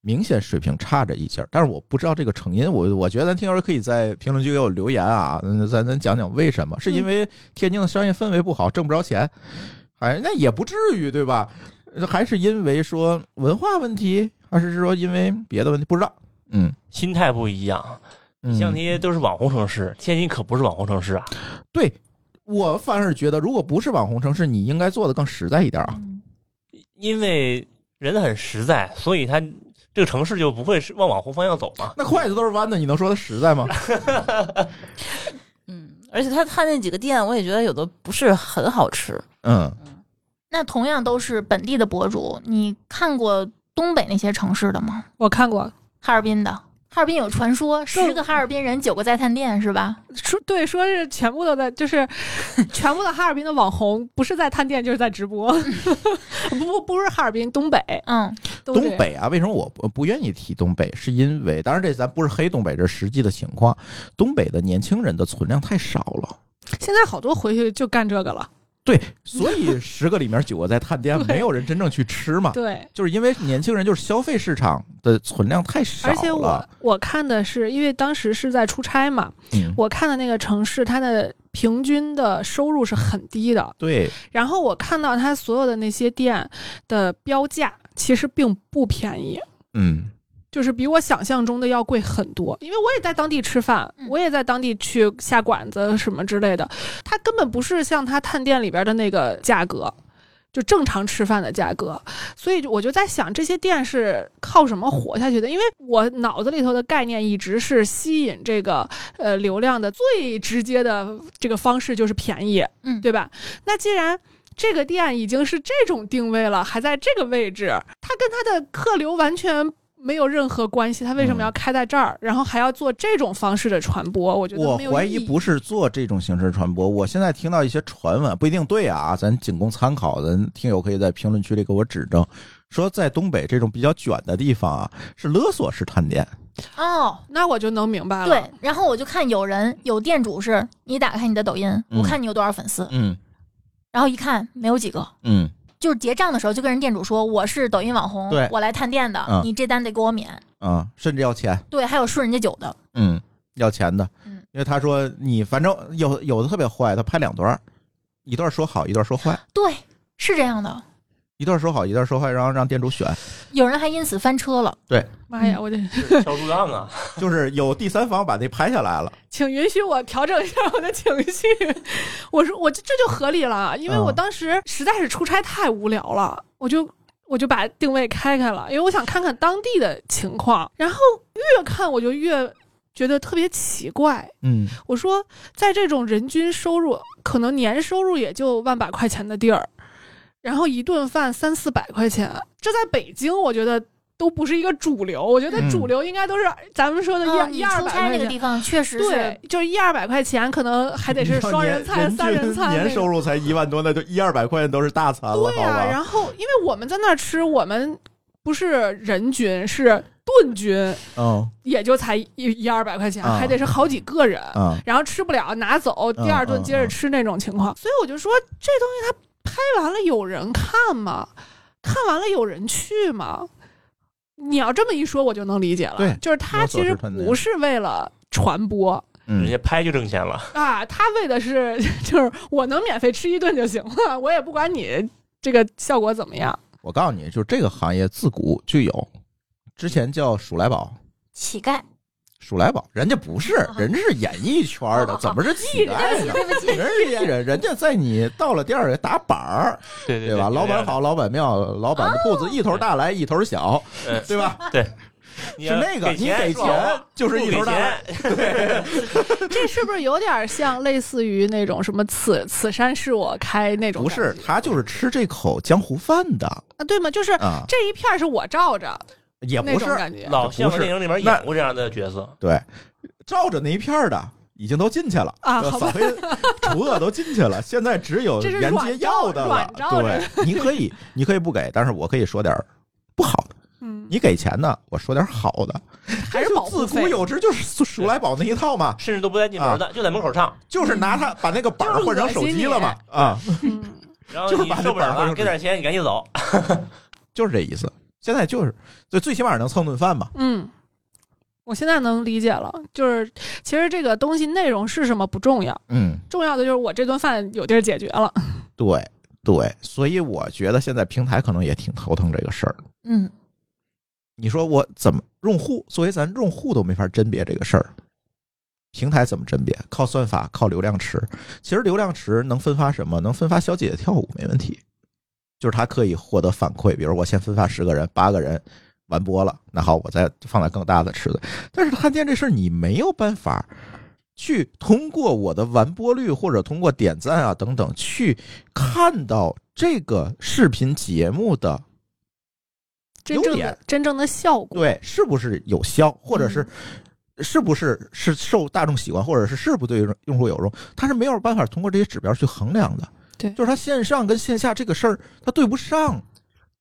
S2: 明显水平差着一截儿。但是我不知道这个成因，我我觉得咱听友可以在评论区给我留言啊，嗯咱咱讲讲为什么？是因为天津的商业氛围不好，挣不着钱，哎，那也不至于对吧？还是因为说文化问题，还是说因为别的问题？不知道。嗯，
S6: 心态不一样。
S2: 嗯
S6: 像那些都是网红城市，天津可不是网红城市啊。
S2: 对我反而觉得，如果不是网红城市，你应该做的更实在一点啊。
S6: 因为人很实在，所以他这个城市就不会是往网红方向走嘛。
S2: 那筷子都是弯的，你能说它实在吗？
S5: 嗯，而且他他那几个店，我也觉得有的不是很好吃。
S2: 嗯，
S4: 那同样都是本地的博主，你看过东北那些城市的吗？
S3: 我看过，
S4: 哈尔滨的，哈尔滨有传说，十
S3: 嗯
S4: 个哈尔滨人九个在探店，是吧？
S3: 说对，说是全部都在，就是全部的哈尔滨的网红，不是在探店就是在直播，不不不是哈尔滨，东北
S4: 嗯，
S3: 都这
S2: 东
S3: 样
S2: 北啊，为什么我不不愿意提东北？是因为，当然这咱不是黑东北，这是实际的情况。东北的年轻人的存量太少了，
S3: 现在好多回去就干这个了，
S2: 对，所 以十个里面九个在探店，
S3: 对
S2: 没有人真正去吃嘛。
S3: 对。
S2: 就是因为年轻人就是消费市场的存量太少了，
S3: 而且我我看的是，因为当时是在出差嘛，
S2: 嗯、
S3: 我看的那个城市，它的平均的收入是很低的。
S2: 对
S3: 然后我看到它所有的那些店的标价，其实并不便宜，
S2: 嗯
S3: 就是比我想象中的要贵很多。因为我也在当地吃饭
S4: 嗯，
S3: 我也在当地去下馆子什么之类的，它根本不是像它探店里边的那个价格。就正常吃饭的价格，所以我就在想，这些店是靠什么活下去的？因为我脑子里头的概念一直是吸引这个呃流量的最直接的这个方式就是便宜，
S4: 嗯
S3: 对吧？那既然这个店已经是这种定位了，还在这个位置，它跟它的客流完全。没有任何关系，它为什
S2: 嗯
S3: 么要开在这儿？然后还要做这种方式的传播？我觉得
S2: 我
S3: 没有
S2: 怀
S3: 意
S2: 疑
S3: 义
S2: 不是做这种形式传播。我现在听到一些传闻，不一定对啊，咱仅供参考，咱听友可以在评论区里给我指正。说在东北这种比较卷的地方啊，是勒索式探店，
S4: 哦，
S3: 那我就能明白了。
S4: 对，。然后我就看有人有店主是，你打开你的抖音，
S2: 嗯
S4: 我看你有多少粉丝，
S2: 嗯
S4: 然后一看没有几个。
S2: 嗯，
S4: 就是结账的时候就跟人店主说我是抖音网红
S2: 对，
S4: 我来探店的，
S2: 嗯
S4: 你这单得给我免。
S2: 啊、甚至要钱，
S4: 对，还有顺人家酒的，
S2: 嗯，要钱的，
S4: 嗯
S2: 因为他说你反正有有的特别坏，他拍两段儿，一段说好，一段说坏，
S4: 对，是这样的。
S2: 一段说好，一段说坏，然后让店主选，
S4: 有人还因此翻车了。
S3: 妈
S2: 嗯
S3: 呀，我得
S6: 敲竹杠啊，
S2: 就是有第三方把那拍下来了，
S3: 请允许我调整一下我的情绪。 我说我这这就合理了，因为
S2: 嗯
S3: 我当时实在是出差太无聊了，我就我就把定位开开了，因为我想看看当地的情况。然后越看我就越觉得特别奇怪。
S2: 嗯
S3: 我说，在这种人均收入可能年收入也就万把块钱的地儿，然后一顿饭三四百块钱，这在北京我觉得。都不是一个主流，我觉得
S2: 嗯
S3: 主流应该都是咱们说的一、
S4: 哦，
S3: 一
S4: 你
S3: 二
S4: 出
S3: 百
S4: 差
S3: 块
S4: 那个
S3: 钱
S4: 地。方确实
S3: 对
S4: 是，，
S3: 就是一二百块钱，可能还得是双人菜、
S2: 你要
S3: 三
S2: 年
S3: 人菜
S2: 年
S3: 那
S2: 均年收
S3: 种。
S2: 入才一万多，那就一二百块钱都是大餐了，
S3: 对
S2: 好
S3: 啊，
S2: 吧？
S3: 然后因为我们在那儿吃，我们不是人均，是顿均，
S2: 嗯
S3: 也就才一一二百块钱，
S2: 啊
S3: 还得是好几个人，
S2: 啊，
S3: 然后吃不了拿走，
S2: 嗯
S3: 第二顿接着吃那种情况。所以我就说，这东西它拍完了有人看吗？看完了有人去吗？你要这么一说，我就能理解了。
S2: 对
S3: 就是他
S2: 有所
S3: 其实
S2: 指吞的
S3: 不是为了传播，
S6: 人
S2: 嗯
S6: 家拍就挣钱了。
S3: 啊，他为的是 就是我能免费吃一顿就行了，我也不管你这个效果怎么样。
S2: 我告诉你，就这个行业自古就有，之前叫鼠来宝。
S4: 乞丐。
S2: 鼠来宝，人家不是，
S3: 啊
S2: 人家是演艺圈 的，怎么是乞丐呢？人家是艺人，人家在你到了店儿里打板儿，
S6: 对
S2: 对吧？老板，好，老板妙，老板的裤
S3: 哦
S2: 子一头大来一头小，
S6: 这样的
S2: 对 吧？
S6: 嗯
S2: 是那个，
S6: 给
S2: 你给
S6: 是吧
S2: 钱就是一
S6: 不给
S2: 头大来
S6: 钱，
S3: 这是不是有点像类似于那种什么此此山是我开那种
S2: 不
S3: 感觉？
S2: 是，他就是吃这口江湖饭的
S3: 啊，对吗？就是
S2: 啊，
S3: 这一片儿是我罩着，
S2: 也
S3: 那
S2: 不是
S3: 种感觉
S6: 老
S2: 不
S6: 香港
S2: 是
S6: 电影里面
S2: 那
S6: 演过这样的角色，
S2: 对，照着那一片儿的已经都进去了
S3: 啊
S2: 就
S3: 好
S2: 扫
S3: 吧
S2: 黑 除恶都进去了，现在只有
S3: 这是
S2: 沿
S3: 软
S2: 街
S3: 照
S2: 要的了
S3: 软。照
S2: 对，你可以，你可以不给，但是我可以说点儿不好的。
S3: 嗯，
S2: 你给钱呢，我说点好的，
S3: 还
S2: 这
S3: 是
S2: 就
S3: 保护
S2: 自
S3: 费
S2: 古有之，就是鼠鼠来宝那一套嘛，
S6: 甚至都不带进门
S2: 啊
S6: 的，就在门口 唱。
S2: 就是拿它把那个板儿换成手机了嘛，啊，
S3: 嗯
S6: 然后
S2: 就是
S6: 你
S2: 把那
S6: 受不
S2: 板儿
S6: 了
S2: 放
S6: 了，
S2: 上
S6: 给点钱，你赶 紧走。
S2: 就是这意思。现在就是，就最起码能蹭顿饭嘛，
S3: 嗯，我现在能理解了，就是其实这个东西内容是什么不重要，
S2: 嗯，
S3: 重要的就是我这顿饭有地儿解决了。
S2: 对对，所以我觉得现在平台可能也挺头疼这个事儿。
S4: 嗯，
S2: 你说我怎么用户作为咱用户都没法甄别这个事儿，平台怎么甄别？靠算法，靠流量池。其实流量池能分发什么？能分发小姐姐跳舞没问题，就是它可以获得反馈。比如我先分发十个人，八个人完播了，那好，我再放在更大的池子。但是探店这事儿你没有办法去通过我的完播率或者通过点赞啊等等去看到这个视频节目的
S3: 真正
S2: 优
S3: 的
S2: 点
S3: 真正的效果，
S2: 对，是不是有效，或者是、
S5: 嗯
S2: 是不是是受大众喜欢，或者是是不对用户有用，它是没有办法通过这些指标去衡量的。
S3: 对
S2: 就是它线上跟线下这个事儿，它对不上。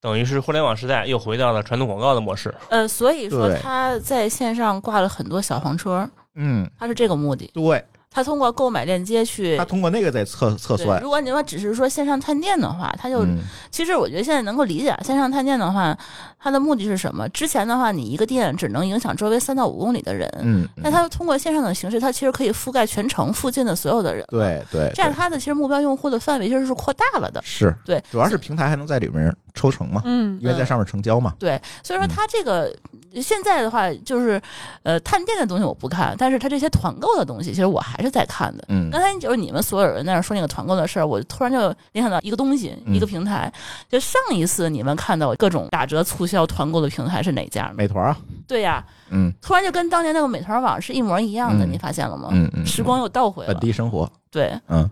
S6: 等于是互联网时代又回到了传统广告的模式。
S5: 呃，所以说
S2: 对
S5: 他在线上挂了很多小黄车，
S2: 嗯，
S5: 他是这个目的。
S2: 对，
S5: 他通过购买链接去
S2: 它通过那个在测测
S5: 对
S2: 算。
S5: 如果你说只是说线上探店的话，他就、
S2: 嗯，
S5: 其实我觉得现在能够理解啊线上探店的话，它的目的是什么？之前的话，你一个店只能影响周围三到五公里的人，
S2: 嗯，
S5: 但它通过线上的形式，它其实可以覆盖全城附近的所有的人。
S2: 对对，
S5: 这样
S2: 对嗯
S5: 它的其实目标用户的范围其实是扩大了的。
S2: 是
S5: 对
S2: 主要是平台还能在里面抽成嘛，
S3: 嗯
S2: 因为在上面成交嘛。
S5: 所以说
S2: 嗯
S5: 它这个现在的话，就是呃探店的东西我不看，但是它这些团购的东西，其实我还是在看的。
S2: 嗯
S5: 刚才就是你们所有人在那儿说那个团购的事儿，我突然就联想到一个东西，
S2: 嗯
S5: 一个平台。就上一次你们看到各种打折促销团购的平台是哪家呢？
S2: 美团啊，
S5: 对呀、
S2: 嗯
S5: 突然就跟当年那个美团网是一模一样的，
S2: 嗯
S5: 你发现了吗？
S2: 嗯嗯，
S5: 呃时光又倒回
S2: 本
S5: 了。
S2: 地生活，
S5: 对
S2: 嗯，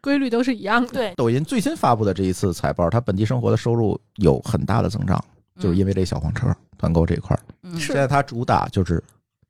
S3: 规律都是一样的。
S5: 对，
S2: 抖音最新发布的这一次财报，它本地生活的收入有很大的增长，就是因为这小黄车团购这一块儿。
S5: 嗯
S2: 现在它主打就是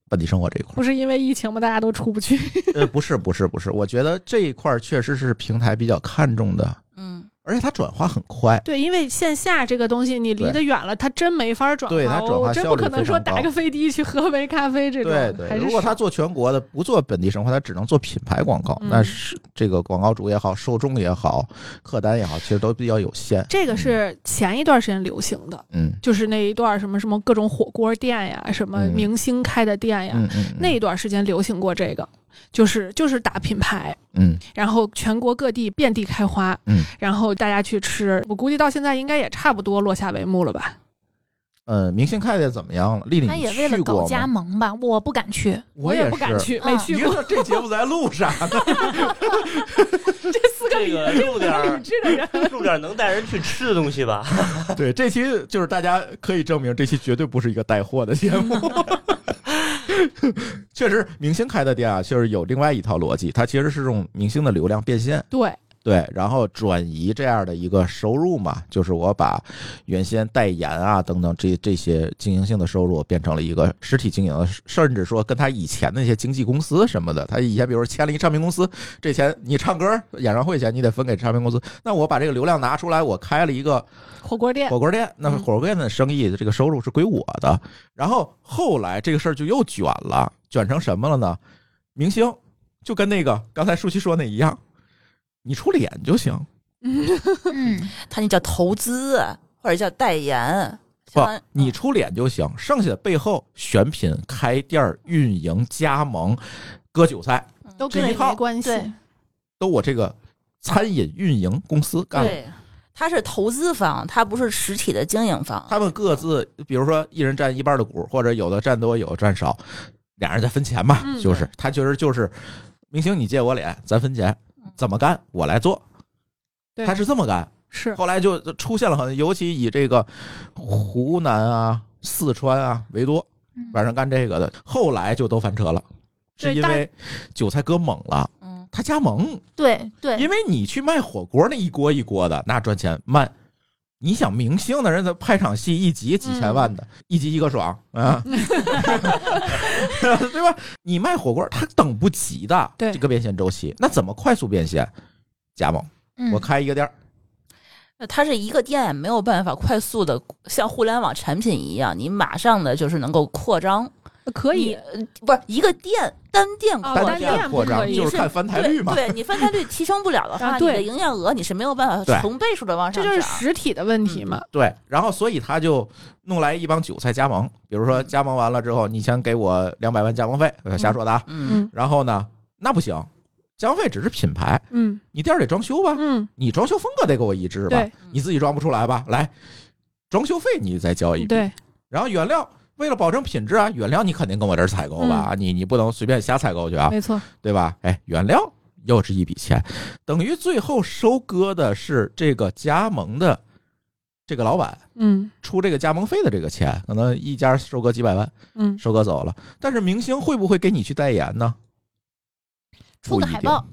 S2: 本地生活这一块
S3: 不
S2: 儿。
S3: 是因为疫情嘛，大家都出不去。
S2: 呃，不是，不是，不是，我觉得这一块儿确实是平台比较看重的，
S5: 嗯，
S2: 而且它转化很快。
S3: 对，因为线下这个东西你离
S2: 对
S3: 得远了，它真没法转化。
S2: 对它转化
S3: 我真
S2: 效
S3: 不
S2: 率
S3: 可能
S2: 非
S3: 说
S2: 常
S3: 打
S2: 高
S3: 个飞的去 喝杯咖啡这种。
S2: 对
S3: 还
S2: 对，
S3: 是
S2: 如果
S3: 少
S2: 它做全国的，不做本地生活，它只能做品牌广告，
S3: 嗯
S2: 那是这个广告主也好，受众也好，客单也好，其实都比较有限。
S3: 这个是前一段时间流行的，
S2: 嗯
S3: 就是那一段什么什么各种火锅店呀，什么
S2: 嗯
S3: 明星开的店呀，
S2: 嗯嗯嗯，
S3: 啊那一段时间流行过这个，就是就是打品牌，
S2: 嗯
S3: 然后全国各地遍地开花，
S2: 嗯
S3: 然后大家去吃。我估计到现在应该也差不多落下帷幕了吧？
S2: 呃，明星看见怎么样了？丽丽，
S4: 他
S2: 你
S4: 也为了
S2: 去
S4: 搞
S2: 过
S4: 加
S2: 吗？
S4: 盟吧，我不敢去。
S2: 我
S3: 也
S2: 也
S3: 不敢
S2: 是
S3: 去，
S4: 嗯
S3: 没去过。
S2: 说这节目在录啥呢？
S3: 这四个
S6: 这
S3: 理
S6: 个录点
S3: 理
S6: 儿
S3: 智的人，
S6: 录点儿能带人去吃的东西吧。
S2: 对，这期就是大家可以证明，这期绝对不是一个带货的节目。确实，明星开的店啊，就是有另外一套逻辑，它其实是用明星的流量变现，
S3: 对，
S2: 对，然后转移这样的一个收入嘛，就是我把原先代言啊等等这这些经营性的收入变成了一个实体经营，甚至说跟他以前的那些经纪公司什么的，他以前比如说签了一唱片公司，这钱你唱歌演唱会钱你得分给唱片公司，那我把这个流量拿出来，我开了一个
S3: 火锅店，
S2: 火锅店，那火锅店的生意的这个收入是归我的。然后后来这个事儿就又卷了，卷成什么了呢？明星就跟那个刚才舒淇说那一样，你出脸就行，
S4: 嗯，
S5: 它那叫投资或者叫代言。
S2: 不
S5: 相当于，
S2: 你出脸就行，剩下的背后选品、开店儿、运营、加盟、割韭菜，
S3: 都跟
S2: 这
S3: 你
S2: 一套
S3: 没关系。
S4: 对
S2: 都我这个餐饮运营公司干的。
S5: 嗯对，它是投资方，它不是实体的经营方。
S2: 他们各自，比如说一人占一半的股，或者有的占多，有的占少，俩人再分钱嘛，
S3: 嗯
S2: 就是他其实就是明星，你借我脸，咱分钱，怎么干我来做，
S3: 嗯对
S2: 他是这么干。
S3: 是
S2: 后来就出现了很，尤其以这个湖南啊、四川啊为多，
S4: 嗯
S2: 晚上干这个的，后来就都翻车了。是
S3: 对
S2: 因
S3: 但
S2: 为韭菜割猛了，
S5: 嗯，
S2: 他加盟，
S4: 对对，
S2: 因为你去卖火锅那一锅一锅的，那赚钱慢。你想明星的人，他拍场戏一集几千万的，
S3: 嗯
S2: 一集一个爽 啊，对吧？你卖火锅，他等不及的，
S3: 对
S2: 这个变现周期，那怎么快速变现？加盟，
S4: 嗯
S2: 我开一个店儿，
S5: 那它是一个店没有办法快速的像互联网产品一样，你马上的就是能够扩张，
S3: 可以
S5: 你呃不是一个店单店
S3: 哦
S5: 扩
S3: 单
S5: 张。
S3: 店
S2: 店扩
S3: 不
S2: 张
S3: 可以
S2: 就是
S5: 是
S2: 看翻台率
S5: 对
S2: 嘛。
S5: 对，你翻台率提升不了的话，
S3: 啊
S5: 你
S3: 对
S5: 的营业额你是没有办
S2: 对
S5: 法成倍数的往
S3: 这
S5: 上
S3: 就是
S5: 涨。
S3: 实体的问题嘛。
S2: 对，然后所以他就弄来一帮韭菜加盟，比如
S3: 嗯
S2: 说加盟完了之后，你先给我两百万加盟费，呃瞎说的啊。
S5: 嗯，
S2: 然后呢，那不行，加盟费只是品牌，
S3: 嗯
S2: 你店儿得装修吧，
S3: 嗯，
S2: 你装修风格得给我一致吧
S3: 对，
S2: 你自己装不出来吧？来，装修费你再交一笔，
S3: 对，
S2: 然后原料。为了保证品质啊，原料你肯定跟我这儿采购吧，
S3: 嗯
S2: 你你不能随便瞎采购去啊，
S3: 没错，
S2: 对吧？哎，原料又是一笔钱，等于最后收割的是这个加盟的这个老板，
S3: 嗯
S2: 出这个加盟费的这个钱，可能一家收割几百万，
S3: 嗯，
S2: 收割走了。但是明星会不会给你去代言呢？
S4: 出个
S2: 不一
S4: 海
S2: 定
S4: 报，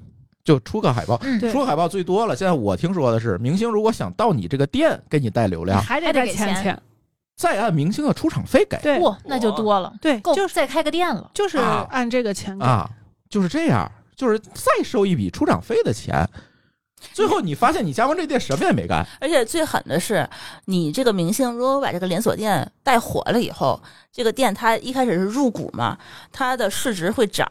S2: 就出个海报，
S4: 嗯，
S3: 对
S2: 出海报最多了。现在我听说的是，明星如果想到你这个店给你带流量，
S3: 还
S4: 还
S3: 得
S4: 得
S3: 再
S4: 给
S3: 欠
S4: 钱
S3: 钱，
S2: 再按明星的出场费给
S3: 对
S4: 哇，那就多了，
S3: 对，
S4: 够
S3: 就是
S4: 再开个店了。
S3: 就是
S2: 啊
S3: 按这个钱给，
S2: 啊，就是这样，就是再收一笔出场费的钱。最后你发现你加盟这店什么也没干，
S5: 而且最狠的是，你这个明星如果把这个连锁店带火了以后，这个店它一开始是入股嘛，它的市值会涨，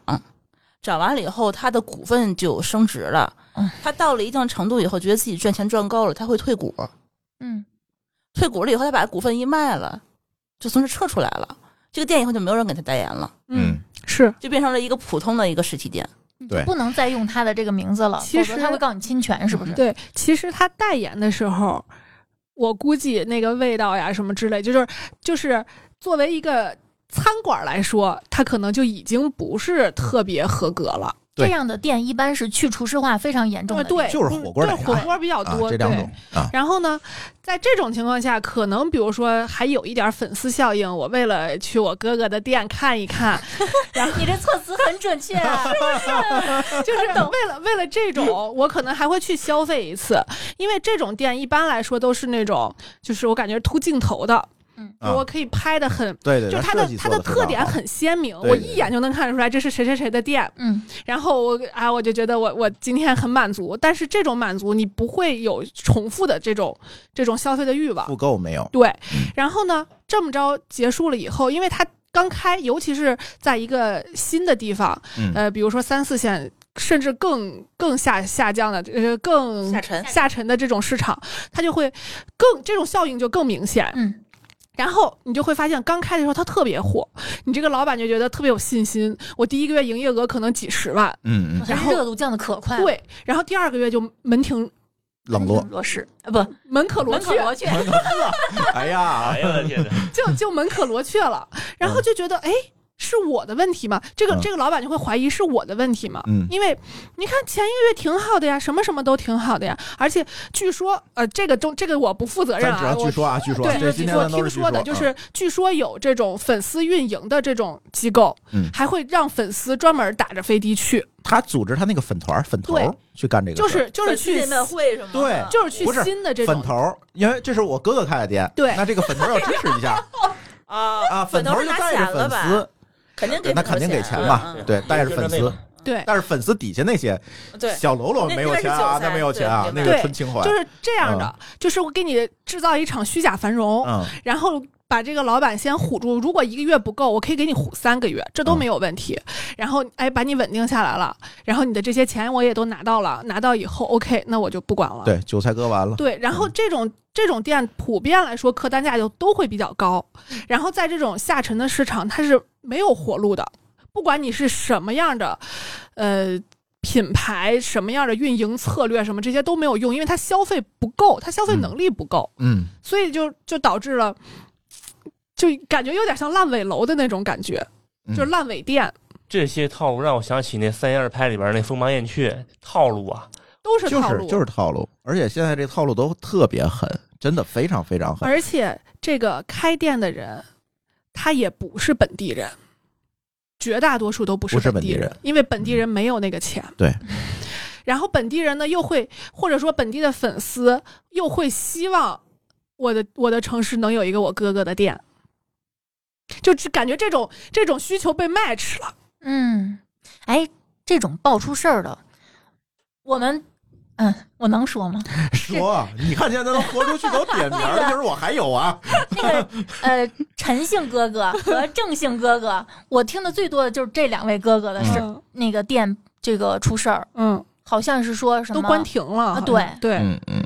S5: 涨完了以后，它的股份就升值了
S4: 嗯。
S5: 它到了一定程度以后，觉得自己赚钱赚够了，它会退股，
S4: 嗯，
S5: 退股了以后，他把股份一卖了，就从这撤出来了。这个店以后就没有人给他代言了，
S3: 嗯，是
S5: 就变成了一个普通的一个实体店。
S4: 你
S2: 对
S4: 就不能再用他的这个名字了，
S3: 其
S4: 否
S3: 实
S4: 则他会告你侵权，是不是？
S3: 嗯对，其实他代言的时候，我估计那个味道呀什么之类，就是就是作为一个餐馆来说，他可能就已经不是
S2: 嗯
S3: 特别合格了。
S2: 对
S4: 这样的店一般是去厨师化非常严重
S3: 呃
S4: 的。
S3: 对，
S2: 嗯就是
S3: 嗯
S2: 火锅
S3: 对
S2: 奶茶
S3: 火锅比较
S2: 啊
S3: 多，，
S2: 这两
S3: 对
S2: 种啊，
S3: 然后呢，在这种情况下，可能比如说还有一点粉丝效应，我为了去我哥哥的店看一看，
S4: 你这措辞很准确啊，
S3: 就是为了为了这种，我可能还会去消费一次，因为这种店一般来说都是那种，就是我感觉是凸镜头的，
S4: 嗯
S2: 啊
S3: 我可以拍的很，
S2: 对对，
S3: 就是它
S2: 设
S3: 的
S2: 计
S3: 它
S2: 做
S3: 的
S2: 得非
S3: 特
S2: 常
S3: 点
S2: 好
S3: 很鲜明，
S2: 对
S3: 我
S2: 对对
S3: 一眼就能看出来这是谁谁谁的店，
S4: 嗯，
S3: 然后我啊我就觉得我我今天很满足，但是这种满足你不会有重复的这种这种消费的欲望，
S2: 复购没有，
S3: 对，然后呢，这么着结束了以后，因为它刚开，尤其是在一个新的地方，
S2: 嗯
S3: 呃，比如说三四线，甚至更更下下降的，呃，更
S5: 下沉
S3: 下沉的这种市场，它就会更这种效应就更明显。
S4: 嗯，
S3: 然后你就会发现，刚开的时候它特别火，你这个老板就觉得特别有信心，我第一个月营业额可能几十万，
S2: 嗯嗯，
S4: 这
S3: 然后
S4: 热度降的可快，，
S3: 对，然后第二个月就门庭
S2: 冷 落，
S4: 罗氏啊，不，
S3: 门可罗
S4: 门可
S3: 雀，
S4: 罗雀，
S2: 哎 呀
S6: 哎，呀我的天哪！
S3: 就就门可罗雀了，然后就觉得哎。是我的问题吗？这个、
S2: 嗯
S3: 这个老板就会怀疑是我的问题吗？
S2: 嗯
S3: 因为你看前一个月挺好的呀，什么什么都挺好的呀，而且据说呃，这个中这个我不负责任
S2: 咱只
S3: 啊，
S2: 要
S3: 我
S2: 据说啊，据说，
S3: 对，
S2: 这
S3: 据
S2: 今天
S3: 说
S2: 咱都
S3: 听
S2: 是据啊
S3: 说的，就是据说有这种粉丝运营的这种机构，
S2: 嗯
S3: 还会让粉丝专门打着飞的去，
S2: 他组织他那个粉团儿粉头儿
S3: 对
S2: 去干这个事
S3: 就
S2: 儿，
S3: 是就是去
S5: 见面会什么的？
S2: 对
S3: 就是去
S2: 不是
S3: 新的这
S2: 粉
S3: 种
S2: 头儿，因为这是我哥哥开的店，
S3: 对
S2: 那这个粉头儿要支持一 下
S5: 啊
S2: 啊，粉头儿
S5: 是
S2: 就
S5: 拿
S2: 带
S5: 钱
S2: 着粉
S5: 了吧？
S2: 丝，
S5: 肯定给
S2: 对那肯定给钱
S5: 了
S2: 嘛，
S5: 嗯
S2: 对，带着粉丝，
S3: 对，
S2: 但是粉丝底下那些
S5: 对，
S2: 小喽啰
S5: 那
S2: 没有钱啊，
S5: 那是韭菜
S2: 那没有钱啊，
S5: 对
S2: 那
S3: 对
S2: 个纯情怀，
S3: 就是这样的，就是我给你制造一场虚假繁荣，
S2: 嗯
S3: 然后把这个老板先唬住。如果一个月不够，我可以给你唬三个月，这都没有问题。然后哎，把你稳定下来了，然后你的这些钱我也都拿到了，拿到以后 OK，那我就不管了。
S2: 对，韭菜割完了，
S3: 对然后这种这种店普遍来说客单价就都会比较高，然后在这种下沉的市场它是没有活路的，不管你是什么样的，呃。品牌什么样的运营策略，什么这些都没有用，因为它消费不够，它消费能力不够。
S2: 嗯，
S3: 所以就就导致了，就感觉有点像烂尾楼的那种感觉，
S2: 嗯
S3: 就是烂尾店，
S6: 这些套路让我想起那三言二拍里边那风马燕雀套路啊，
S3: 都是
S2: 就
S3: 套
S2: 是
S3: 路。
S2: 就是套路，而且现在这套路都特别狠，真的非常非常狠，
S3: 而且这个开店的人，他也不是本地人，绝大多数都不是
S2: 不是
S3: 本地
S2: 本地人，
S3: 人
S2: 嗯
S3: 因为本地人没有那个钱。
S2: 对。
S3: 然后本地人呢，又会或者说本地的粉丝又会希望我的我的城市能有一个我哥哥的店，就只感觉这种这种需求被 match 了。
S4: 嗯，哎，这种爆出事儿的，我们嗯，我能说吗？
S2: 说，啊你看现在都豁出去都点名儿，就是我还有啊，
S4: 那个呃，陈姓哥哥和郑姓哥哥，我听的最多的就是这两位哥哥的事。
S3: 嗯
S4: 那个店这个出事儿，
S3: 嗯，
S4: 好像是说什么
S3: 都关停了，好像
S4: 啊对
S3: 对，
S2: 嗯嗯，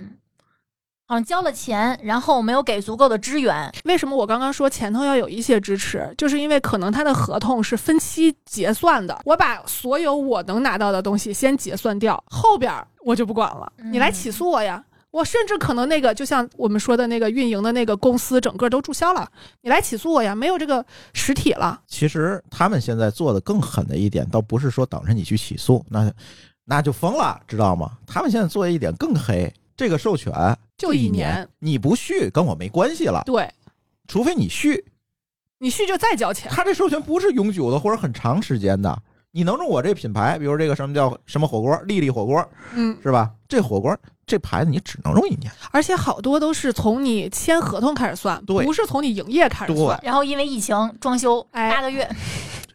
S4: 好像交了钱，然后没有给足够的支援。
S3: 为什么我刚刚说前头要有一些支持，就是因为可能他的合同是分期结算的，我把所有我能拿到的东西先结算掉，后边儿我就不管了，
S4: 嗯
S3: 你来起诉我呀。我甚至可能那个，就像我们说的那个运营的那个公司，整个都注销了。你来起诉我呀，没有这个实体了。
S2: 其实他们现在做的更狠的一点，倒不是说等着你去起诉，那那就疯了，知道吗？他们现在做一点更黑，这个授权
S3: 就
S2: 一
S3: 一年
S2: 你不续跟我没关系了，
S3: 对
S2: 除非你续。
S3: 你续就再交 钱，
S2: 他这授权不是永久的或者很长时间的。你能用我这品牌，比如这个什么叫什么火锅，丽丽火锅
S3: 嗯，
S2: 是吧？这火锅这牌子你只能用一年，
S3: 而且好多都是从你签合同开始算，
S2: 对
S3: 不是从你营业开始
S2: 对
S3: 算。
S4: 然后因为疫情装修
S3: 哎
S4: 八 个月，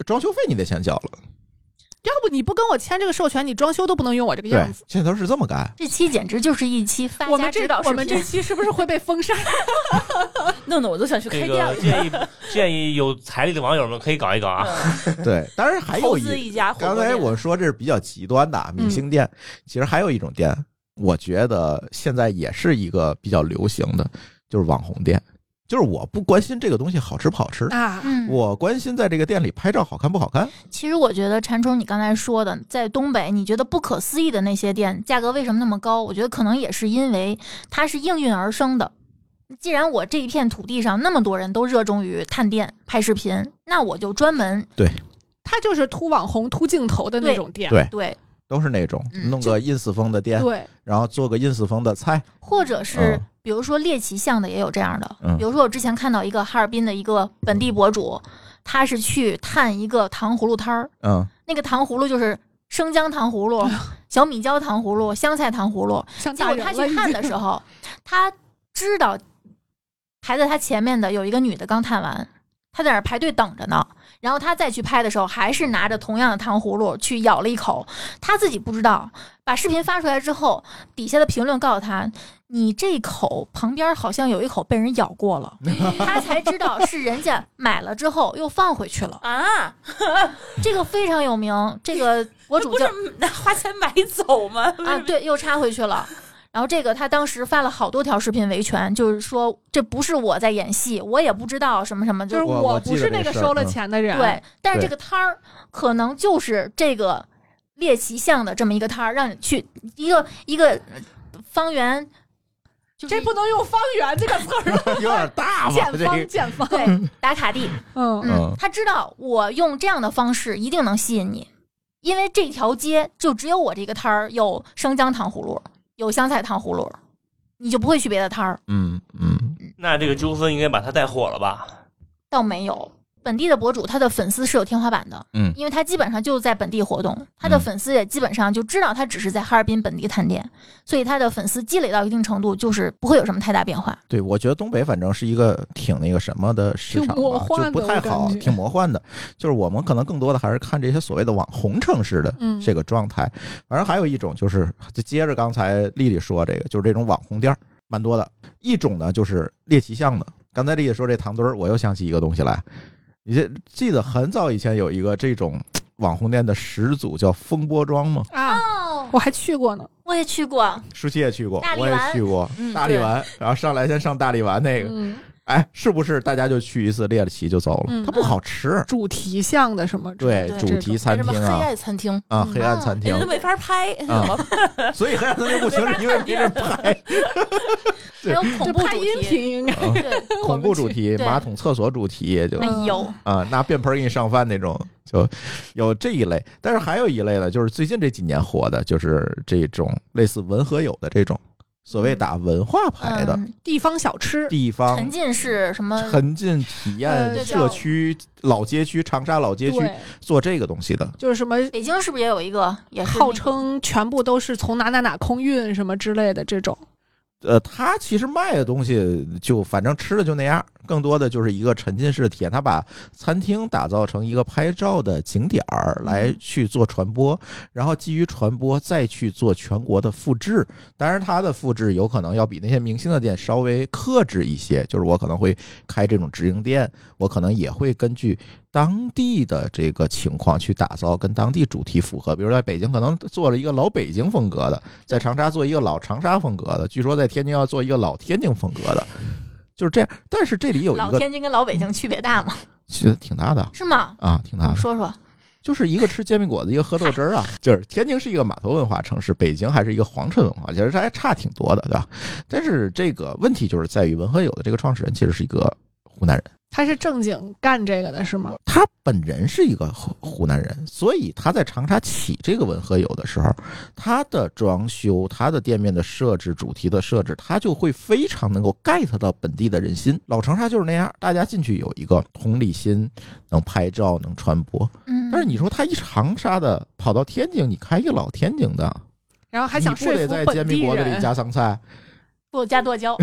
S2: 装修费你得先交了。
S3: 要不你不跟我签这个授权，你装修都不能用我这个
S2: 对
S3: 样子。，
S2: 现在都是这么干。
S4: 这期简直就是一期发
S3: 我
S4: 家
S3: 们这
S4: 指导视
S3: 我
S4: 频。
S3: 们这期是不是会被封杀？
S5: 弄得我都想去
S6: 这
S5: 开店
S6: 个
S5: 了。
S6: 建议建议有财力的网友们可以搞一搞啊。
S2: 对，当然还有
S5: 投
S2: 一
S5: 资一家火
S2: 刚
S5: 锅
S2: 才
S5: 店，
S2: 我说这是比较极端的啊明星店，其实还有一种店，我觉得现在也是一个比较流行的，就是网红店。就是我不关心这个东西好吃不好吃，
S3: 啊，
S4: 嗯，
S2: 我关心在这个店里拍照好看不好看。
S4: 其实我觉得馋虫，你刚才说的，在东北你觉得不可思议的那些店，价格为什么那么高？我觉得可能也是因为它是应运而生的。既然我这一片土地上那么多人都热衷于探店、拍视频，那我就专门
S3: 它就是突网红、突镜头的那种店。
S2: 对
S4: 对
S2: 都是那种
S4: 嗯
S2: 弄个 ins 风的店，
S3: 对
S2: 然后做个 ins 风的菜，
S4: 或者是
S2: 嗯
S4: 比如说猎奇向的也有这样的，
S2: 嗯
S4: 比如说我之前看到一个哈尔滨的一个本地博主，他是去探一个糖葫芦摊儿，
S2: 嗯，
S4: 那个糖葫芦就是生姜糖 葫芦、小米椒糖葫芦、香菜糖葫芦，
S3: 像
S4: 结
S3: 大
S4: 果
S3: 人
S4: 他
S3: 了
S4: 去
S3: 已
S4: 看
S3: 经
S4: 的 时候，他知道排在他前面的有一个女的刚探完，他在那儿排队等着呢。然后他再去拍的时候，还是拿着同样的糖葫芦去咬了一口，他自己不知道。把视频发出来之后，底下的评论告诉他：“你这口旁边好像有一口被人咬过 了。”他才知道是人家买了之后又放回去了。
S5: 啊，
S4: 这个非常有名，这个博
S5: 这
S4: 主
S5: 不
S4: 叫
S5: 是拿花钱买走吗？
S4: 啊，对，又插回去了。然后这个他当时发了好多条视频维权，就是说这不是我在演戏，我也不知道什么什么，
S3: 就
S4: 就是
S2: 我我记
S3: 不是
S2: 得这
S3: 那个
S2: 事儿
S3: 收了
S2: 嗯
S3: 钱的人。
S4: 对。但是
S2: 对
S4: 这个摊儿可能就是这个猎奇巷的这么一个摊儿，让你去一个一个方圆，就是
S3: 这不能用“方圆”这个词儿，
S2: 有点大吧？这
S3: 见
S2: 个
S3: 方 见方。
S4: 对打 卡地，
S3: 嗯，
S4: 嗯
S2: 嗯，
S4: 他知道我用这样的方式一定能吸引你，因为这条街就只有我这个摊儿有生姜糖葫芦，有香菜糖葫芦，你就不会去别的摊儿。
S2: 嗯嗯，
S6: 那这个纠纷应该把它带火了吧？
S4: 倒没有。本地的博主，他的粉丝是有天花板的，
S2: 嗯
S4: 因为他基本上就在本地活动，他的
S2: 嗯
S4: 粉丝也基本上就知道他只是在哈尔滨本地探店，所以他的粉丝积累到一定程度，就是不会有什么太大变化。
S2: 对，我觉得东北反正是一个挺那个什么的市场吧，
S3: 挺魔幻的
S2: 就不太
S3: 我
S2: 好，
S3: 感觉
S2: 挺魔幻的。就是我们可能更多的还是看这些所谓的网红城市的
S3: 嗯
S2: 这个状态。反正还有一种就是，就接着刚才丽丽说这个，就是这种网红店儿蛮多的。一种呢就是猎奇巷的，刚才丽丽说这糖墩儿，我又想起一个东西来。你这记得很早以前有一个这种网红店的始祖叫风波庄吗？
S3: 啊，
S4: 哦，
S3: 我还去过呢。
S4: 我也去过，
S2: 舒淇也去过
S4: 大，力
S2: 我也
S4: 丸
S2: 去过
S5: 嗯
S2: 大力
S5: 对
S2: 丸，然后上来先上大力丸那个，
S3: 嗯，
S2: 哎，是不是大家就去一次猎了奇就走了？
S3: 嗯
S2: 它不好吃，
S3: 主题向的什么？
S2: 对
S5: 对
S2: 主题餐
S5: 什么
S2: 厅
S5: 黑
S2: 啊
S5: 暗餐厅，
S2: 啊，
S3: 嗯
S2: 黑暗餐厅
S5: 人家，都没法拍，怎 么办
S2: 所以黑暗餐厅不行，是因为没人拍。
S4: 还有恐
S3: 就
S4: 怖
S3: 拍
S4: 主
S3: 音
S4: 题，
S3: 频应该。
S4: 对，
S2: 恐怖主题、
S4: 对
S2: 马桶、厕所主题，就
S4: 哎
S3: 嗯
S4: 呦，
S2: 啊，拿便盆给你上饭那种，就有这一类。但是还有一类呢，就是最近这几年火的，就是这种类似文和友的这种所谓打文化牌的
S4: 嗯，
S3: 地方小吃，
S2: 地方。
S4: 沉浸式什么？
S2: 沉浸体
S3: 呃
S2: 验
S4: 对
S2: 社区、老街区、长沙老街区
S3: 对，
S2: 做这个东西的，
S3: 就是什么
S4: 北京是不是也有一个，也是那
S3: 号
S4: 个
S3: 称全部都是从哪哪哪空运什么之类的这种。
S2: 呃，他其实卖的东西就反正吃的就那样，更多的就是一个沉浸式的体验。他把餐厅打造成一个拍照的景点儿
S4: 嗯
S2: 来去做传播，然后基于传播再去做全国的复制。当然，它的复制有可能要比那些明星的店稍微克制一些，就是我可能会开这种直营店，我可能也会根据当地的这个情况去打造跟当地主题符合。比如在北京可能做了一个老北京风格的，在长沙做一个老长沙风格的，据说在天津要做一个老天津风格的，就是这样。但是这里有一
S4: 老
S2: 个
S4: 天津跟老北京区别大吗？
S2: 其实挺大的
S4: 是吗？
S2: 啊，挺大的。
S4: 说说，
S2: 就是一个吃煎饼果子，一个喝豆汁儿啊。就是天津是一个码头文化城市，北京还是一个皇城文化，其实还差挺多的，对吧？但是这个问题就是在于文和友的这个创始人其实是一个湖南人，
S3: 他是正经干这个的是吗？
S2: 他本人是一个湖湖南人，所以他在长沙起这个文和友的时候，他的装修、他的店面的设置、主题的设置，他就会非常能够 get 到本地的人心。老长沙就是那样，大家进去有一个同理心，能拍照，能传播。
S4: 嗯，
S2: 但是你说他一长沙的跑到天津，你开一个老天津的，
S3: 然后还想
S2: 你
S3: 说
S2: 不得
S3: 服
S2: 在煎
S3: 本
S2: 饼
S3: 地
S2: 果子里
S3: 人，
S2: 加桑菜，
S4: 不加 剁椒，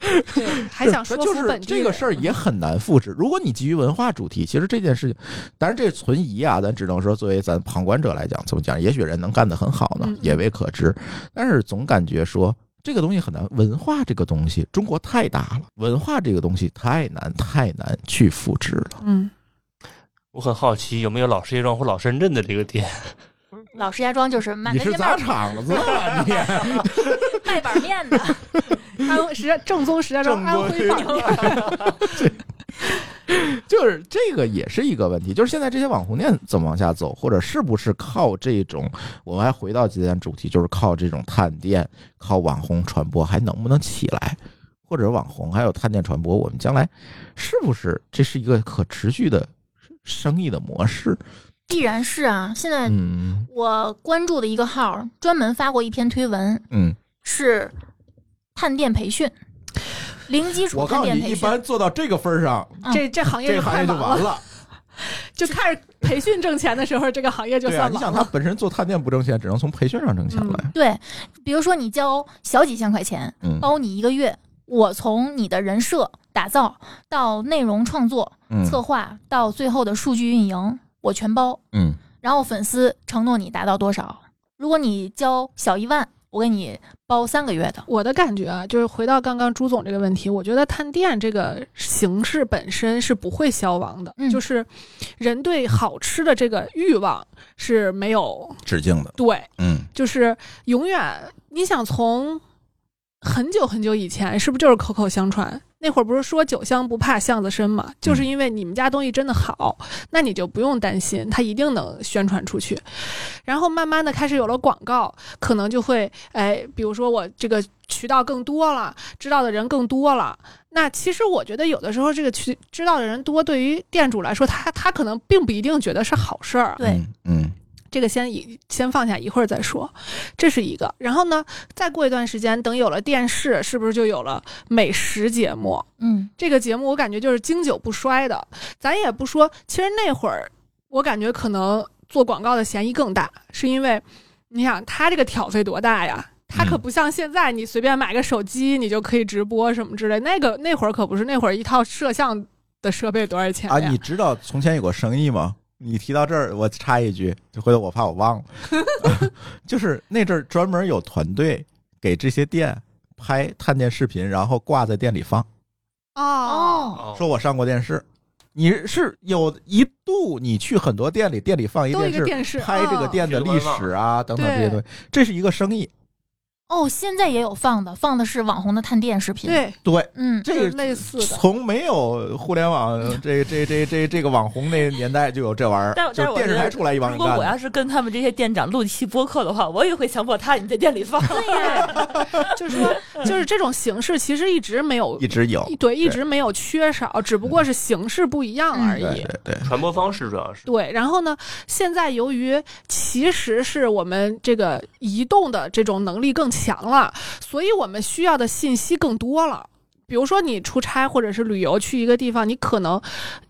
S3: 对，还想说
S2: 这就
S3: 服
S2: 是
S3: 本地
S2: 这
S3: 人。
S2: 个事儿也很难复制。如果你基于文化主题，其实这件事情，当然这存疑啊，咱只能说作为咱旁观者来讲，怎么讲？也许人能干得很好呢
S3: 嗯嗯，
S2: 也未可知。但是总感觉说。这个东西很难，文化这个东西，中国太大了，文化这个东西太难太难去复制了。
S3: 嗯，
S6: 我很好奇有没有老石家庄或老深圳的这个店，
S4: 老石家庄就是卖
S2: 你
S4: 人
S2: 是砸
S4: 家卖
S2: 场子啊你？
S4: 卖板面的，
S3: 安徽石家正宗石家庄
S2: 正
S3: 安
S2: 宗
S3: 徽板面，
S2: 就是这个也是一个问题，就是现在这些网红店怎么往下走，或者是不是靠这种，我们还回到今天主题，就是靠这种探店、靠网红传播还能不能起来，或者网红还有探店传播，我们将来是不是这是一个可持续的生意的模式？
S4: 必然是啊。现在
S2: 嗯
S4: 我关注的一个号专门发过一篇推文，
S2: 嗯，
S4: 是探店培训，零基础
S2: 我告诉
S4: 探店
S2: 你，
S4: 培
S2: 一
S4: 训。
S2: 般做到这个份儿上，
S4: 嗯
S3: 这这行业
S2: 这
S3: 就
S2: 行
S3: 快
S2: 业就
S3: 了
S2: 完。了。
S3: 就开始培训挣钱的时候，这个行业就
S2: 对啊，
S3: 算
S2: 你
S3: 完
S2: 想他
S3: 了。
S2: 本身做探店不挣钱，只能从培训上挣钱了。
S4: 对，比如说你交小几千块钱，
S2: 嗯
S4: 包你一个月。我从你的人设打造到内容创作、
S2: 嗯
S4: 策划到最后的数据运营，我全包。
S2: 嗯
S4: 然后粉丝承诺你达到多少，如果你交小一万，我给你包三个月的。
S3: 我的感觉啊，就是回到刚刚朱总这个问题，我觉得探店这个形式本身是不会消亡的，
S4: 嗯
S3: 就是人对好吃的这个欲望是没有
S2: 致敬的，
S3: 对，
S2: 嗯
S3: 就是永远你想从很久很久以前，是不是就是口口相传？那会儿不是说酒香不怕巷子深嘛，就是因为你们家东西真的好，那你就不用担心，它一定能宣传出去。然后慢慢的开始有了广告，可能就会哎，比如说我这个渠道更多了，知道的人更多了。那其实我觉得有的时候这个渠知道的人多，对于店主来说，他他可能并不一定觉得是好事儿。
S4: 对，
S2: 嗯
S3: 这个先一先放下，一会儿再说，这是一个。然后呢，再过一段时间，等有了电视，是不是就有了美食节目？
S4: 嗯，
S3: 这个节目我感觉就是经久不衰的。咱也不说，其实那会儿我感觉可能做广告的嫌疑更大，是因为你想他这个挑费多大呀？他
S2: 嗯
S3: 可不像现在，你随便买个手机你就可以直播什么之类。那个那会儿可不是，那会儿一套摄像的设备多少钱
S2: 啊，
S3: 呀？
S2: 你知道从前有个生意吗？你提到这儿，我插一句，就回头我怕我忘 了， 就是那阵儿专门有团队给这些店拍探店视频，然后挂在店里放，
S3: 哦，
S2: 说我上过电视。你是有一度你去很多店里，店里放一
S3: 都一
S2: 电视，
S3: 个电视
S2: 拍这个
S5: 嗯
S3: 哦
S2: 店的历史啊等等这些东西，这是一个生意。
S4: 哦，现在也有放的，放的是网红的探店视频。，
S3: 对，
S2: 对，
S4: 嗯，
S2: 这
S3: 就
S2: 个
S3: 类似的。
S2: 从没有互联网这这这这这个网红那年代就有这玩意儿，
S5: 但 但是
S2: 就
S5: 我
S2: 电视
S5: 觉得
S2: 台出来一帮
S5: 如
S2: 人
S5: 果
S2: 干
S5: 我
S2: 的。
S5: 要是跟他们这些店长录一期播客的话，我也会强迫他你在店 里放。
S4: 对呀，
S3: 就是说，就是这种形式其实一直没有
S2: 一，直嗯有，
S3: 对，一直没有缺少，只不过是形式不一样而
S2: 对
S3: 已。
S2: 对对，
S6: 传播方式主要是
S3: 对，然后呢？现在由于其实是我们这个移动的这种能力更强了，所以我们需要的信息更多了。比如说你出差或者是旅游去一个地方，你可能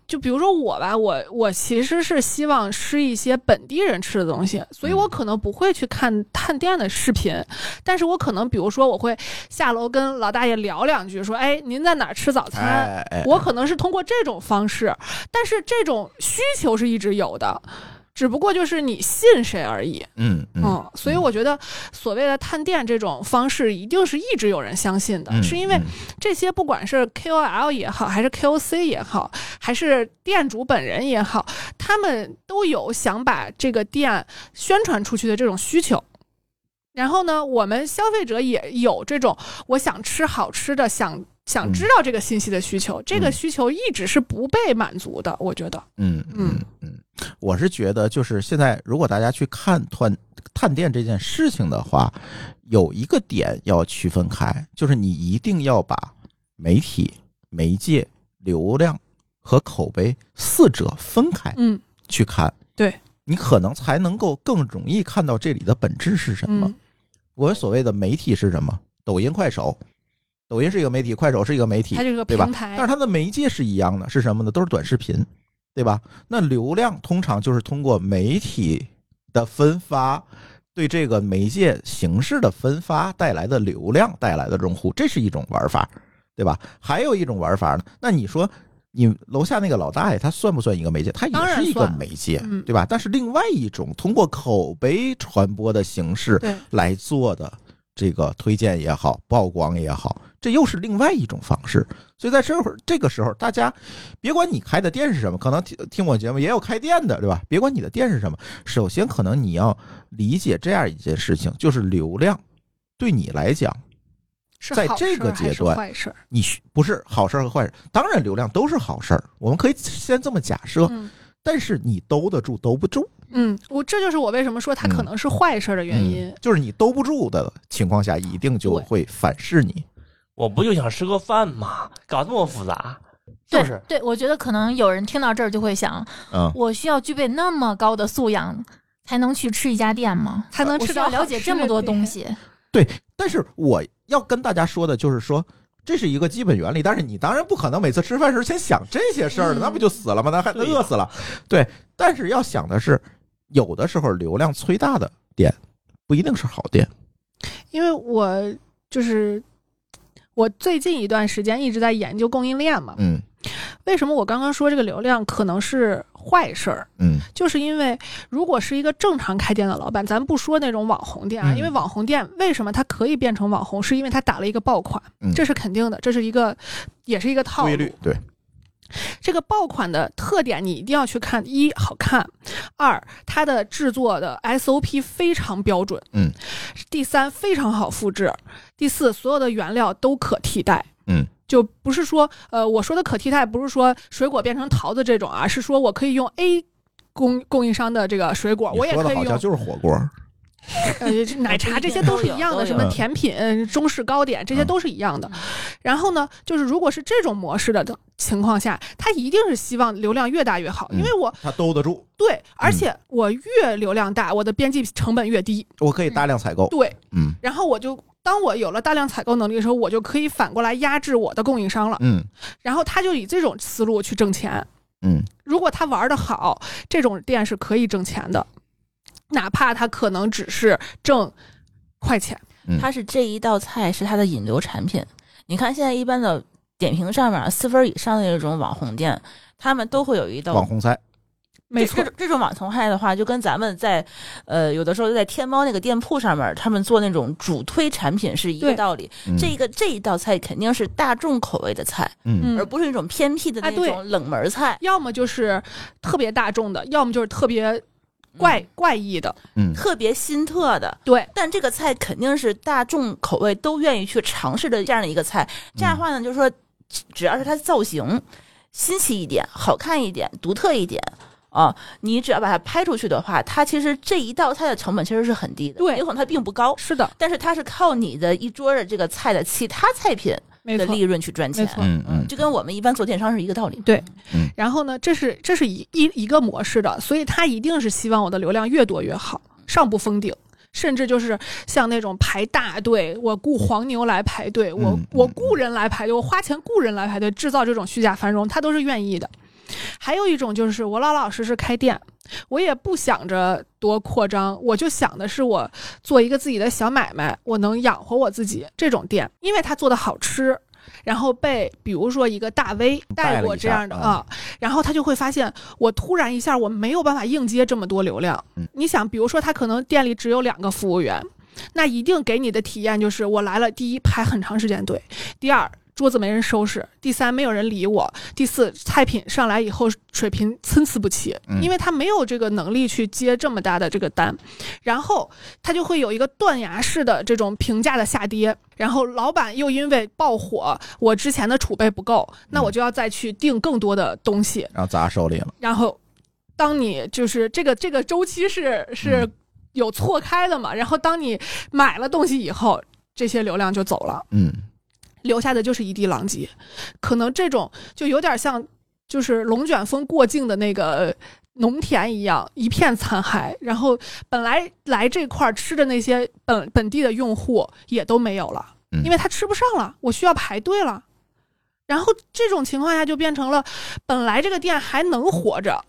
S3: 就比如说我吧，我我其实是希望吃一些本地人吃的东西，所以我可能不会去看探店的视频，但是我可能比如说我会下楼跟老大爷聊两句，说哎您在哪儿吃早餐？
S2: 哎哎，
S3: 我可能是通过这种方式，但是这种需求是一直有的，只不过就是你信谁而已。
S2: 嗯嗯
S3: 嗯，所以我觉得所谓的探店这种方式，一定是一直有人相信的，
S2: 嗯，
S3: 是因为
S2: 嗯
S3: 这些不管是 KOL 也好，还是 KOC 也好，还是店主本人也好，他们都有想把这个店宣传出去的这种需求。然后呢，我们消费者也有这种我想吃好吃的，想想
S2: 嗯
S3: 知道这个信息的需求，这个需求一直是不被满足的，我觉得。
S2: 嗯嗯
S3: 嗯
S2: 嗯，我是觉得就是现在，如果大家去看探探店这件事情的话，有一个点要区分开，就是你一定要把媒体、媒介、流量和口碑四者分开
S3: 嗯
S2: 去看，
S3: 对
S2: 你可能才能够更容易看到这里的本质是什么。
S3: 嗯
S2: 我所谓的媒体是什么？抖音、快手，抖音是一个媒体，快手是一个媒体，
S3: 它这个
S2: 对吧
S3: 平台
S2: 但是它的媒介是一样的，是什么呢？都是短视频，对吧？那流量通常就是通过媒体的分发，对这个媒介形式的分发带来的流量带来的用户，这是一种玩法，对吧？还有一种玩法呢，那你说你楼下那个老大爷，他算不算一个媒介？他
S3: 当
S2: 也
S3: 然
S2: 是一个
S3: 算
S2: 媒介，
S3: 嗯
S2: 对吧？但是另外一种通过口碑传播的形式
S3: 对
S2: 来做的这个推荐也好，曝光也好，这又是另外一种方式。所以在这会儿这个时候，大家别管你开的店是什么，可能听听我节目也有开店的，对吧？别管你的店是什么，首先可能你要理解这样一件事情，就是流量对你来讲，
S3: 是
S2: 在
S3: 好
S2: 这
S3: 事
S2: 个
S3: 儿还
S2: 阶
S3: 是
S2: 段
S3: 坏事儿。
S2: 你需不是好事儿和坏事儿，当然流量都是好事儿，我们可以先这么假 设，
S3: 嗯
S2: 但是你兜得住兜不住。
S3: 嗯，我这就是我为什么说它可能是坏事儿的原因。
S2: 嗯就是你兜不住的情况下，一定就
S3: 对
S2: 会反噬你。
S6: 我不就想吃个饭嘛，搞这么复杂，是不
S4: 对
S6: 是？
S4: 对，我觉得可能有人听到这儿就会想，
S2: 嗯，
S4: 我需要具备那么高的素养才能去吃一家店吗？
S3: 才能
S4: 我
S3: 吃
S4: 需
S3: 到
S4: 要了
S3: 好
S4: 解
S3: 吃
S4: 这么
S3: 的
S4: 多
S3: 店
S4: 东西，
S2: 但是我要跟大家说的就是说，这是一个基本原理，但是你当然不可能每次吃饭时先想这些事儿，
S3: 嗯
S2: 那不就死了吗？那还
S6: 对呀
S2: 饿死了。对，但是要想的是，有的时候流量催大的店不一定是好店。
S3: 因为我就是我最近一段时间一直在研究供应链嘛。
S2: 嗯
S3: 为什么我刚刚说这个流量可能是坏事儿？
S2: 嗯
S3: 就是因为如果是一个正常开店的老板，咱不说那种网红店啊，
S2: 嗯
S3: 因为网红店为什么它可以变成网红，是因为它打了一个爆款，
S2: 嗯
S3: 这是肯定的，这是一个也是一个套
S2: 规
S3: 路
S2: 律。对，
S3: 这个爆款的特点，你一定要去看：一好看，二它的制作的 SOP 非常标准，
S2: 嗯，
S3: 第三非常好复制，第四所有的原料都可替代，
S2: 嗯。
S3: 就不是说，呃，我说的可替代不是说水果变成桃子这种啊，是说我可以用 A 供供应商的这个水果，我也
S2: 你说
S3: 可
S2: 的
S3: 以
S2: 好
S3: 用
S2: 像就是火锅。
S3: 呃，奶茶这些都是一样的，什么甜品、呃中式糕点这些都是一样的。
S5: 嗯
S3: 然后呢，就是如果是这种模式的情况下，他一定是希望流量越大越好，
S2: 嗯
S3: 因为我
S2: 它兜得住，
S3: 对，而且我越流量大，我的边际成本越低。
S2: 我可以大量采购。
S3: 对，
S2: 嗯
S3: 然后我就当我有了大量采购能力的时候，我就可以反过来压制我的供应商了，
S2: 嗯
S3: 然后他就以这种思路去挣钱。
S2: 嗯
S3: 如果他玩的好，这种店是可以挣钱的，哪怕他可能只是挣快钱。
S2: 嗯
S5: 它是这一道菜是它的引流产品。你看现在一般的点评上面啊四分以上的那种网红店，他们都会有一道
S2: 网红菜。
S3: 没
S5: 这
S3: 错
S5: 这，种这种网红嗨的话，就跟咱们在呃有的时候在天猫那个店铺上面，他们做那种主推产品是一个
S3: 对
S5: 道理。
S2: 嗯
S5: 这个这一道菜肯定是大众口味的菜，
S2: 嗯
S3: 嗯
S5: 而不是那种偏僻的
S3: 啊
S5: 那
S3: 对
S5: 种冷门菜。
S3: 要么就是特别大众的，要么就是特别怪、怪异的。
S2: 嗯
S5: 特别新特的，
S3: 对，
S5: 但这个菜肯定是大众口味都愿意去尝试的这样的一个菜。这样的话呢，就是说，只只要是它造型新奇一点、好看一点、独特一点。啊，你只要把它拍出去的话，它其实这一道菜的成本其实是很低的，
S3: 对
S5: 有可能它并不高，
S3: 是的，
S5: 但是它是靠你的一桌的这个菜的其他菜品
S3: 没
S5: 的
S3: 错
S5: 利。润去赚钱
S3: 没，错
S2: 嗯嗯
S5: 就跟我们一般做电商是一个道理。
S3: 对然后呢，这是这是一一一个模式的，所以他一定是希望我的流量越多越好，上不封顶。甚至就是像那种排大队，我雇黄牛来排队，我、
S2: 嗯
S3: 我雇人来排队，我花钱雇人来排队，制造这种虚假繁荣，他都是愿意的。还有一种就是我老老实实开店，我也不想着多扩张，我就想的是我做一个自己的小买卖，我能养活我自己。这种店，因为它做的好吃，然后被比如说一个大 V
S2: 带
S3: 带
S2: 了
S3: 过
S2: 一
S3: 这
S2: 下
S3: 样的
S2: 啊
S3: 啊、然后他就会发现，我突然一下我没有办法应接这么多流量。
S2: 嗯
S3: 你想，比如说他可能店里只有两个服务员，那一定给你的体验就是，我来了，第一排很长时间队，第二。桌子没人收拾，第三没有人理我，第四菜品上来以后水平参差不齐，
S2: 嗯
S3: 因为他没有这个能力去接这么大的这个单，然后他就会有一个断崖式的这种评价的下跌，然后老板又因为爆火，我之前的储备不够，那我就要再去订更多的东西，
S2: 然后砸手里了，
S3: 然后当你就是这个这个周期是是
S2: 嗯
S3: 有错开的嘛，然后当你买了东西以后，这些流量就走了。
S2: 嗯，
S3: 留下的就是一地狼藉。可能这种就有点像，就是龙卷风过境的那个农田一样，一片残骸。然后本来来这块儿吃的那些本本地的用户也都没有了，
S2: 嗯
S3: 因为他吃不上了，我需要排队了。然后这种情况下就变成了，本来这个店还能活着，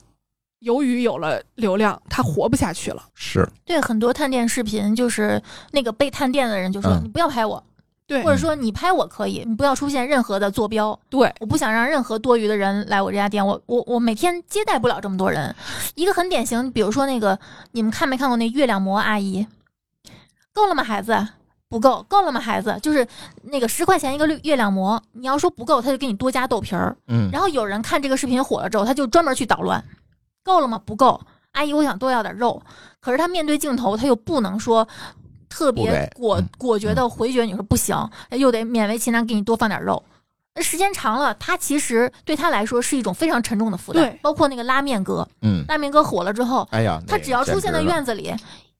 S3: 由于有了流量，它活不下去了。
S2: 是，
S4: 对，很多探店视频就是那个被探店的人就说：“
S2: 嗯
S4: 你不要拍我。”
S3: 对
S4: 或者说你拍我可以，你不要出现任何的坐标，
S3: 对，
S4: 我不想让任何多余的人来我这家店，我我我每天接待不了这么多人。一个很典型，比如说那个你们看没看过那月亮馍阿姨？够了吗，孩子？不够，够了吗，孩子？就是那个十块钱一个绿月亮馍，你要说不够，他就给你多加豆皮儿。
S2: 嗯，
S4: 然后有人看这个视频火了之后，他就专门去捣乱，够了吗？不够，阿姨，我想多要点肉。可是他面对镜头，他又不能说特
S2: 不
S4: 别
S2: 给
S4: 果
S2: 嗯
S4: 果决的回绝你说不行，又得勉为其难给你多放点肉。那时间长了，他其实对他来说是一种非常沉重的负担
S3: 对。
S4: 包括那个拉面哥，
S2: 嗯，
S4: 拉面哥火了之后，
S2: 哎呀，
S4: 他只要出现在
S2: 在
S4: 院子里，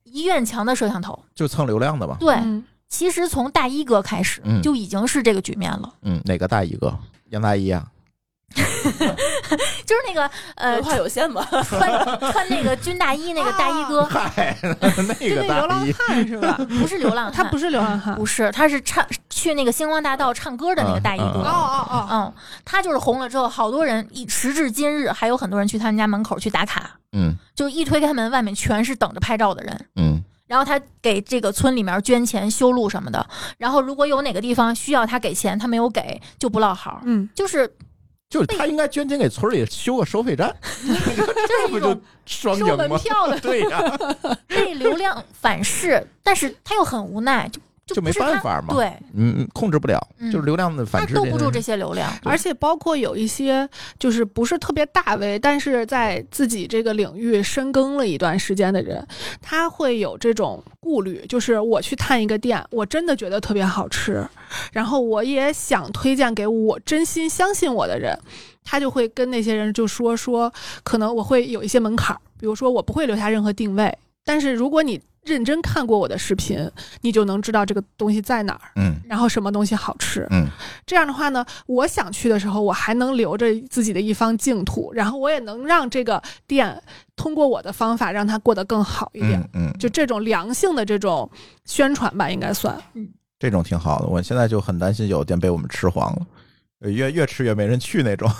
S4: 一院墙的摄像头。
S2: 就蹭流量的吧，
S4: 对，
S3: 嗯
S4: 其实从大衣哥开始
S2: 嗯
S4: 就已经是这个局面了。
S2: 嗯，哪个大一个？杨大一啊，
S4: 就是那个呃
S5: 文，化有限嘛，
S4: 穿穿那个军大衣那个大衣哥，
S2: 嗨，那个
S3: 就那流
S2: 大
S3: 浪
S2: 一，
S3: 汉是吧？
S4: 不是流浪汉，
S3: 他不是流 浪汉，哦
S4: 不是，他是唱去那个星光大道唱歌的那个大衣
S2: 嗯嗯
S3: 哦
S4: 哥。
S3: 哦哦，
S4: 嗯，他就是红了之后，好多人一时至今日还有很多人去他们家门口去打卡，
S2: 嗯
S4: 就是一推开门，外面全是等着拍照的人。
S2: 嗯
S4: 然后他给这个村里面捐钱修路什么的，然后如果有哪个地方需要他给钱，他没有给就不落好，
S3: 嗯，
S4: 就是
S2: 就是他应该捐钱给村里修个收费站，
S4: 就是
S2: 不就
S4: 一种
S2: 双
S3: 收
S2: 赢
S3: 门
S2: 吗？
S3: 票的
S2: 对呀、
S4: 被流量反噬，但是他又很无奈，就
S2: 就没
S4: 不是他
S2: 办法嘛
S4: 对，
S2: 嗯，控制不了，
S4: 嗯
S2: 就是流量的反
S4: 他
S2: 制，
S4: 兜不住这，些流量，
S2: 对
S3: 而且包括有一些就是不是特别大 V，但是在自己这个领域深耕了一段时间的人，他会有这种顾虑，就是我去探一个店，我真的觉得特别好吃，然后我也想推荐给我真心相信我的人，他就会跟那些人就说说，可能我会有一些门槛儿，比如说我不会留下任何定位，但是如果你认真看过我的视频，你就能知道这个东西在哪儿。
S2: 嗯
S3: 然后什么东西好吃。
S2: 嗯，
S3: 这样的话呢，我想去的时候，我还能留着自己的一方净土，然后我也能让这个店通过我的方法让它过得更好一点。
S2: 嗯嗯，
S3: 就这种良性的这种宣传吧，应该算。
S2: 这种挺好的。我现在就很担心有店被我们吃黄了，呃越越吃越没人去那种。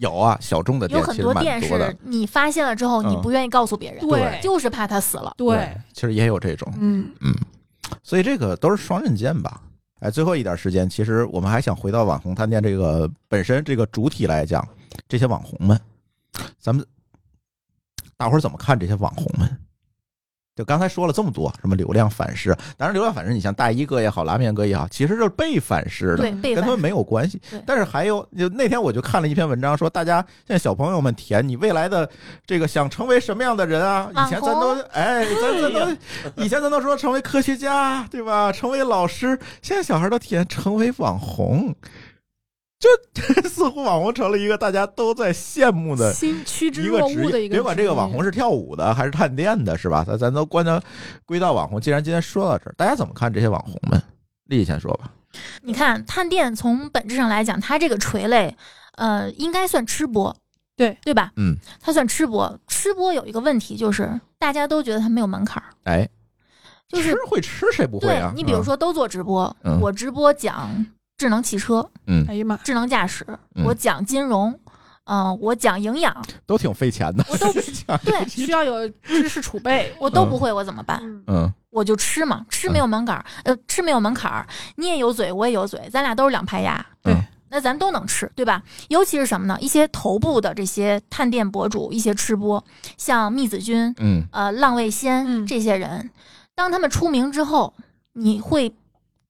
S2: 有啊，小众的
S4: 有
S2: 店
S4: 很
S2: 其实蛮
S4: 店
S2: 多的
S4: 是，你发现了之后，你
S2: 嗯
S4: 不愿意告诉别人，
S3: 对
S4: 就是怕他死了。
S3: 对，
S2: 其实也有这种，
S3: 嗯，
S2: 所以这个都是双刃剑吧。哎，最后一点时间，其实我们还想回到网红探店这个本身这个主体来讲，这些网红们，咱们大伙儿怎么看这些网红们？就刚才说了这么多，什么流量反噬，当然流量反噬，你像大衣哥也好，拉面哥也好，其实就是被反噬的
S4: 对，，被
S2: 跟他
S4: 反
S2: 们没有关系
S4: 对。
S2: 但是还有，就那天我就看了一篇文章，说大家现在小朋友们填你未来的这个想成为什么样的人啊？以前咱都
S4: 网
S2: 哎，咱 咱都以前咱都说成为科学家，对吧？成为老师，现在小孩都填成为网红。这 似乎网红成了一个大家都在羡慕的
S3: 心趋之
S2: 一
S3: 若
S2: 职
S3: 鹜的一
S2: 业，
S3: 个
S2: 别管这
S3: 职
S2: 个网
S3: 业
S2: 红是跳舞的还是探店的，是吧？咱咱都关到归到网红。既然今天说到这儿，大家怎么看这些网红们？丽丽先说吧。
S4: 你看探店从本质上来讲，它这个垂类，呃，应该算吃播，
S3: 对
S4: 对吧？
S2: 嗯，
S4: 它算吃播。吃播有一个问题就是，大家都觉得它没有门槛儿，
S2: 哎，
S4: 就是
S2: 吃会吃，谁不会
S4: 对
S2: 啊？
S4: 你比如说都做直播，
S2: 嗯
S4: 我直播讲智能汽车、
S2: 嗯，
S3: 哎呀 妈，
S4: 智能驾驶，
S2: 嗯
S4: 我讲金融，嗯、我讲 营养，
S2: 嗯，都挺费钱的。
S4: 我都对
S3: 需要有知识储备。
S4: 我都不会，我怎么办？
S3: 嗯，
S2: 嗯，
S4: 我就吃嘛，吃没有门槛儿，呃，吃没有门槛儿，你也有嘴，我也有嘴，咱俩都是两排牙，
S2: 嗯对
S4: 那咱都能吃，对吧？尤其是什么呢？一些头部的这些探店博主，一些吃播，像密子君、
S2: 嗯，
S4: 呃浪味仙、
S3: 嗯
S4: 这些人，当他们出名之后，你会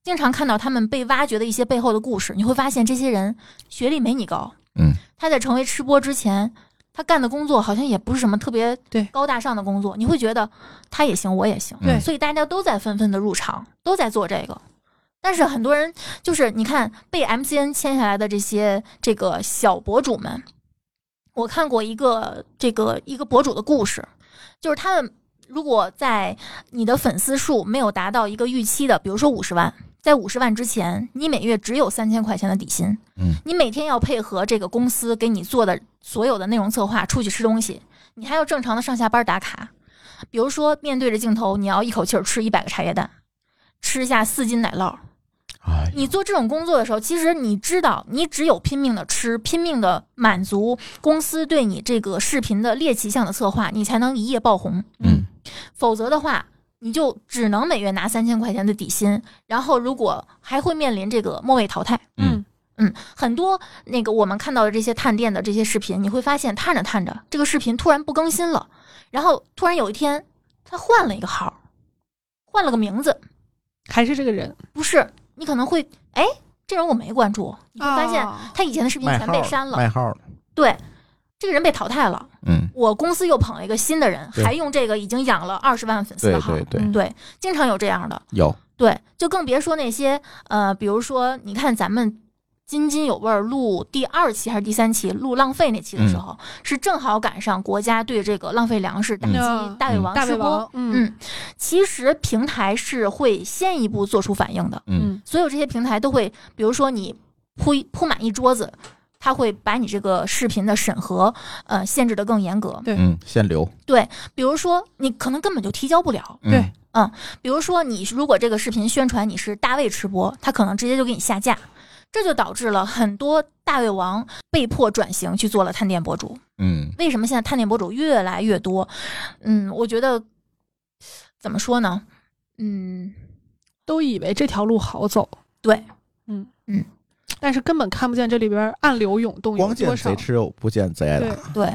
S4: 经常看到他们被挖掘的一些背后的故事，你会发现这些人学历没你高，
S2: 嗯，
S4: 他在成为吃播之前。他干的工作好像也不是什么特别
S3: 对
S4: 高大上的工作，你会觉得他也行，我也行，
S2: 嗯
S3: 对
S4: 所以大家都在纷纷的入场，都在做这个。但是很多人就是你看被 MCN 签下来的这些这个小博主们，我看过一个这个一个博主的故事，就是他们如果在你的粉丝数没有达到一个预期的，比如说五十万，在五十万之前，你每月只有三千块钱的底薪，
S2: 嗯，
S4: 你每天要配合这个公司给你做的所有的内容策划，出去吃东西，你还要正常的上下班打卡，比如说面对着镜头，你要一口气儿吃一百个茶叶蛋，吃下四斤奶酪。
S2: 哎，
S4: 你做这种工作的时候，其实你知道，你只有拼命的吃，拼命的满足公司对你这个视频的猎奇向的策划，你才能一夜爆红。
S2: 嗯，
S4: 否则的话，你就只能每月拿三千块钱的底薪，然后如果还会面临这个末位淘汰。
S2: 嗯
S4: 嗯，很多那个我们看到的这些探店的这些视频，你会发现探着探着，这个视频突然不更新了，然后突然有一天他换了一个号儿，换了个名字，
S3: 还是这个人，
S4: 不是你可能会哎，这人我没关注，你会发现
S3: 哦
S4: 他以前的视频
S2: 卖
S4: 全
S2: 号
S4: 被删了，
S2: 卖号了，
S4: 对，这个人被淘汰了，
S2: 嗯，
S4: 我公司又捧了一个新的人，
S2: 对
S4: 还用这个已经养了二十万粉丝
S2: 对
S4: 的号儿，
S2: 对对，
S3: 嗯
S4: 对，经常有这样的，
S2: 有，
S4: 对，就更别说那些呃，比如说，你看咱们津津有味儿录第二期还是第三期录浪费那期的时候，是正好赶上国家对这个浪费粮食打击
S3: 嗯
S4: 大胃王
S3: 大
S4: 吃
S3: 胃
S4: 播。
S3: 王，嗯
S4: 嗯，其实平台是会先一步做出反应的，
S2: 嗯，
S4: 所有这些平台都会，比如说你铺一铺满一桌子，它会把你这个视频的审核呃限制的更严格。
S3: 对
S2: 嗯，限流，
S4: 比如说你可能根本就提交不了，
S2: 嗯
S3: 对
S4: 比如说，你如果这个视频宣传你是大胃吃播，他可能直接就给你下架，这就导致了很多大胃王被迫转型去做了探店博主。
S2: 嗯，嗯，
S4: 为什么现在探店博主越来越多？嗯，我觉得怎么说呢？嗯，
S3: 都以为这条路好走，
S4: 对，
S3: 嗯
S4: 嗯，
S3: 但是根本看不见这里边暗流涌动有
S2: 光
S3: 多
S2: 见
S3: 少
S2: 贼。吃肉，不见贼挨
S3: 对
S2: 打。，
S4: 对，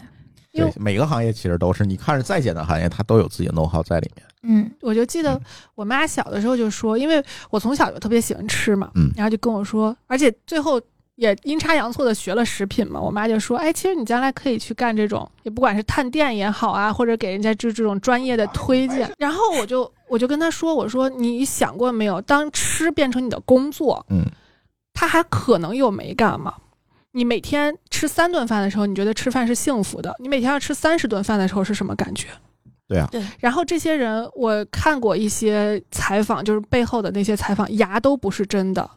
S3: 因
S2: 对
S3: 为，
S2: 每个行业其实都是，你看着再简单的行业，它都有自己的 know how 在里面。
S4: 嗯
S3: 我就记得我妈小的时候就说，因为我从小就特别喜欢吃嘛，
S2: 嗯
S3: 然后就跟我说，而且最后也阴差阳错的学了食品嘛，我妈就说，哎，其实你将来可以去干这种，也不管是探店也好啊，或者给人家这这种专业的推荐。然后我就我就跟她说，我说你想过没有，当吃变成你的工作，
S2: 嗯，
S3: 它还可能有美感吗？你每天吃三顿饭的时候，你觉得吃饭是幸福的；你每天要吃三十顿饭的时候是什么感觉？
S2: 对啊，
S5: 对
S3: 然后这些人，我看过一些采访，就是背后的那些采访，牙都不是真的，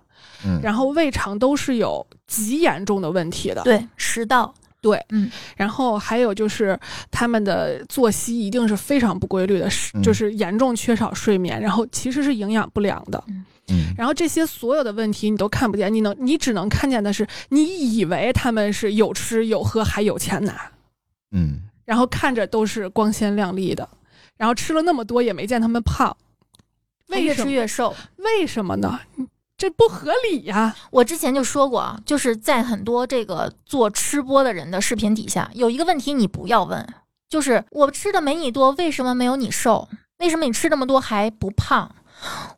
S2: 嗯，
S3: 然后胃肠都是有极严重的问题的。
S4: 对，食道，
S3: 对
S4: 嗯
S3: 然后还有就是他们的作息一定是非常不规律的，是
S2: 嗯
S3: 就是严重缺少睡眠，然后其实是营养不良的。
S2: 嗯，
S3: 然后这些所有的问题你都看不见，你能你只能看见的是，你以为他们是有吃有喝还有钱拿，
S2: 嗯，
S3: 然后看着都是光鲜亮丽的，然后吃了那么多也没见他们胖，为
S4: 越
S3: 什
S4: 吃
S3: 么？
S4: 越瘦。
S3: 为什么呢？这不合理呀、
S4: 我之前就说过啊，就是在很多这个做吃播的人的视频底下，有一个问题你不要问，就是我吃的没你多，为什么没有你瘦？为什么你吃这么多还不胖？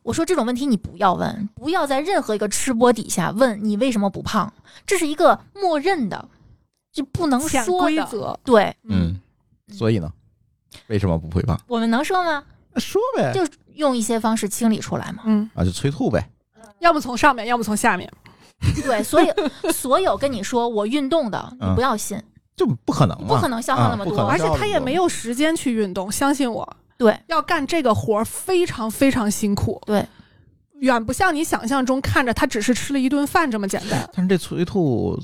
S4: 我说这种问题你不要问，不要在任何一个吃播底下问你为什么不胖，这是一个默认的，就不能
S3: 潜
S4: 说
S3: 规
S4: 的。
S3: 则，
S4: 对，
S2: 嗯，所以呢，为什么不会胖？
S4: 我们能说
S2: 那
S4: 吗？
S2: 呃说呗，
S4: 就用一些方式清理出来嘛。
S3: 嗯，
S2: 啊，就催吐呗。
S3: 要么从上面，要么从下面，
S4: 对，所 有所有跟你说我运动的，你
S2: 嗯
S4: 不要信，
S2: 就不可能嘛，
S4: 不可能消耗那么
S2: 啊不可
S4: 多
S2: 能
S3: 而且他也没有时间去运动，相信我，
S4: 对，
S3: 要干这个活儿非常非常辛苦，
S4: 对，
S3: 远不像你想象中看着他只是吃了一顿饭这么简 单，
S2: 但是这催吐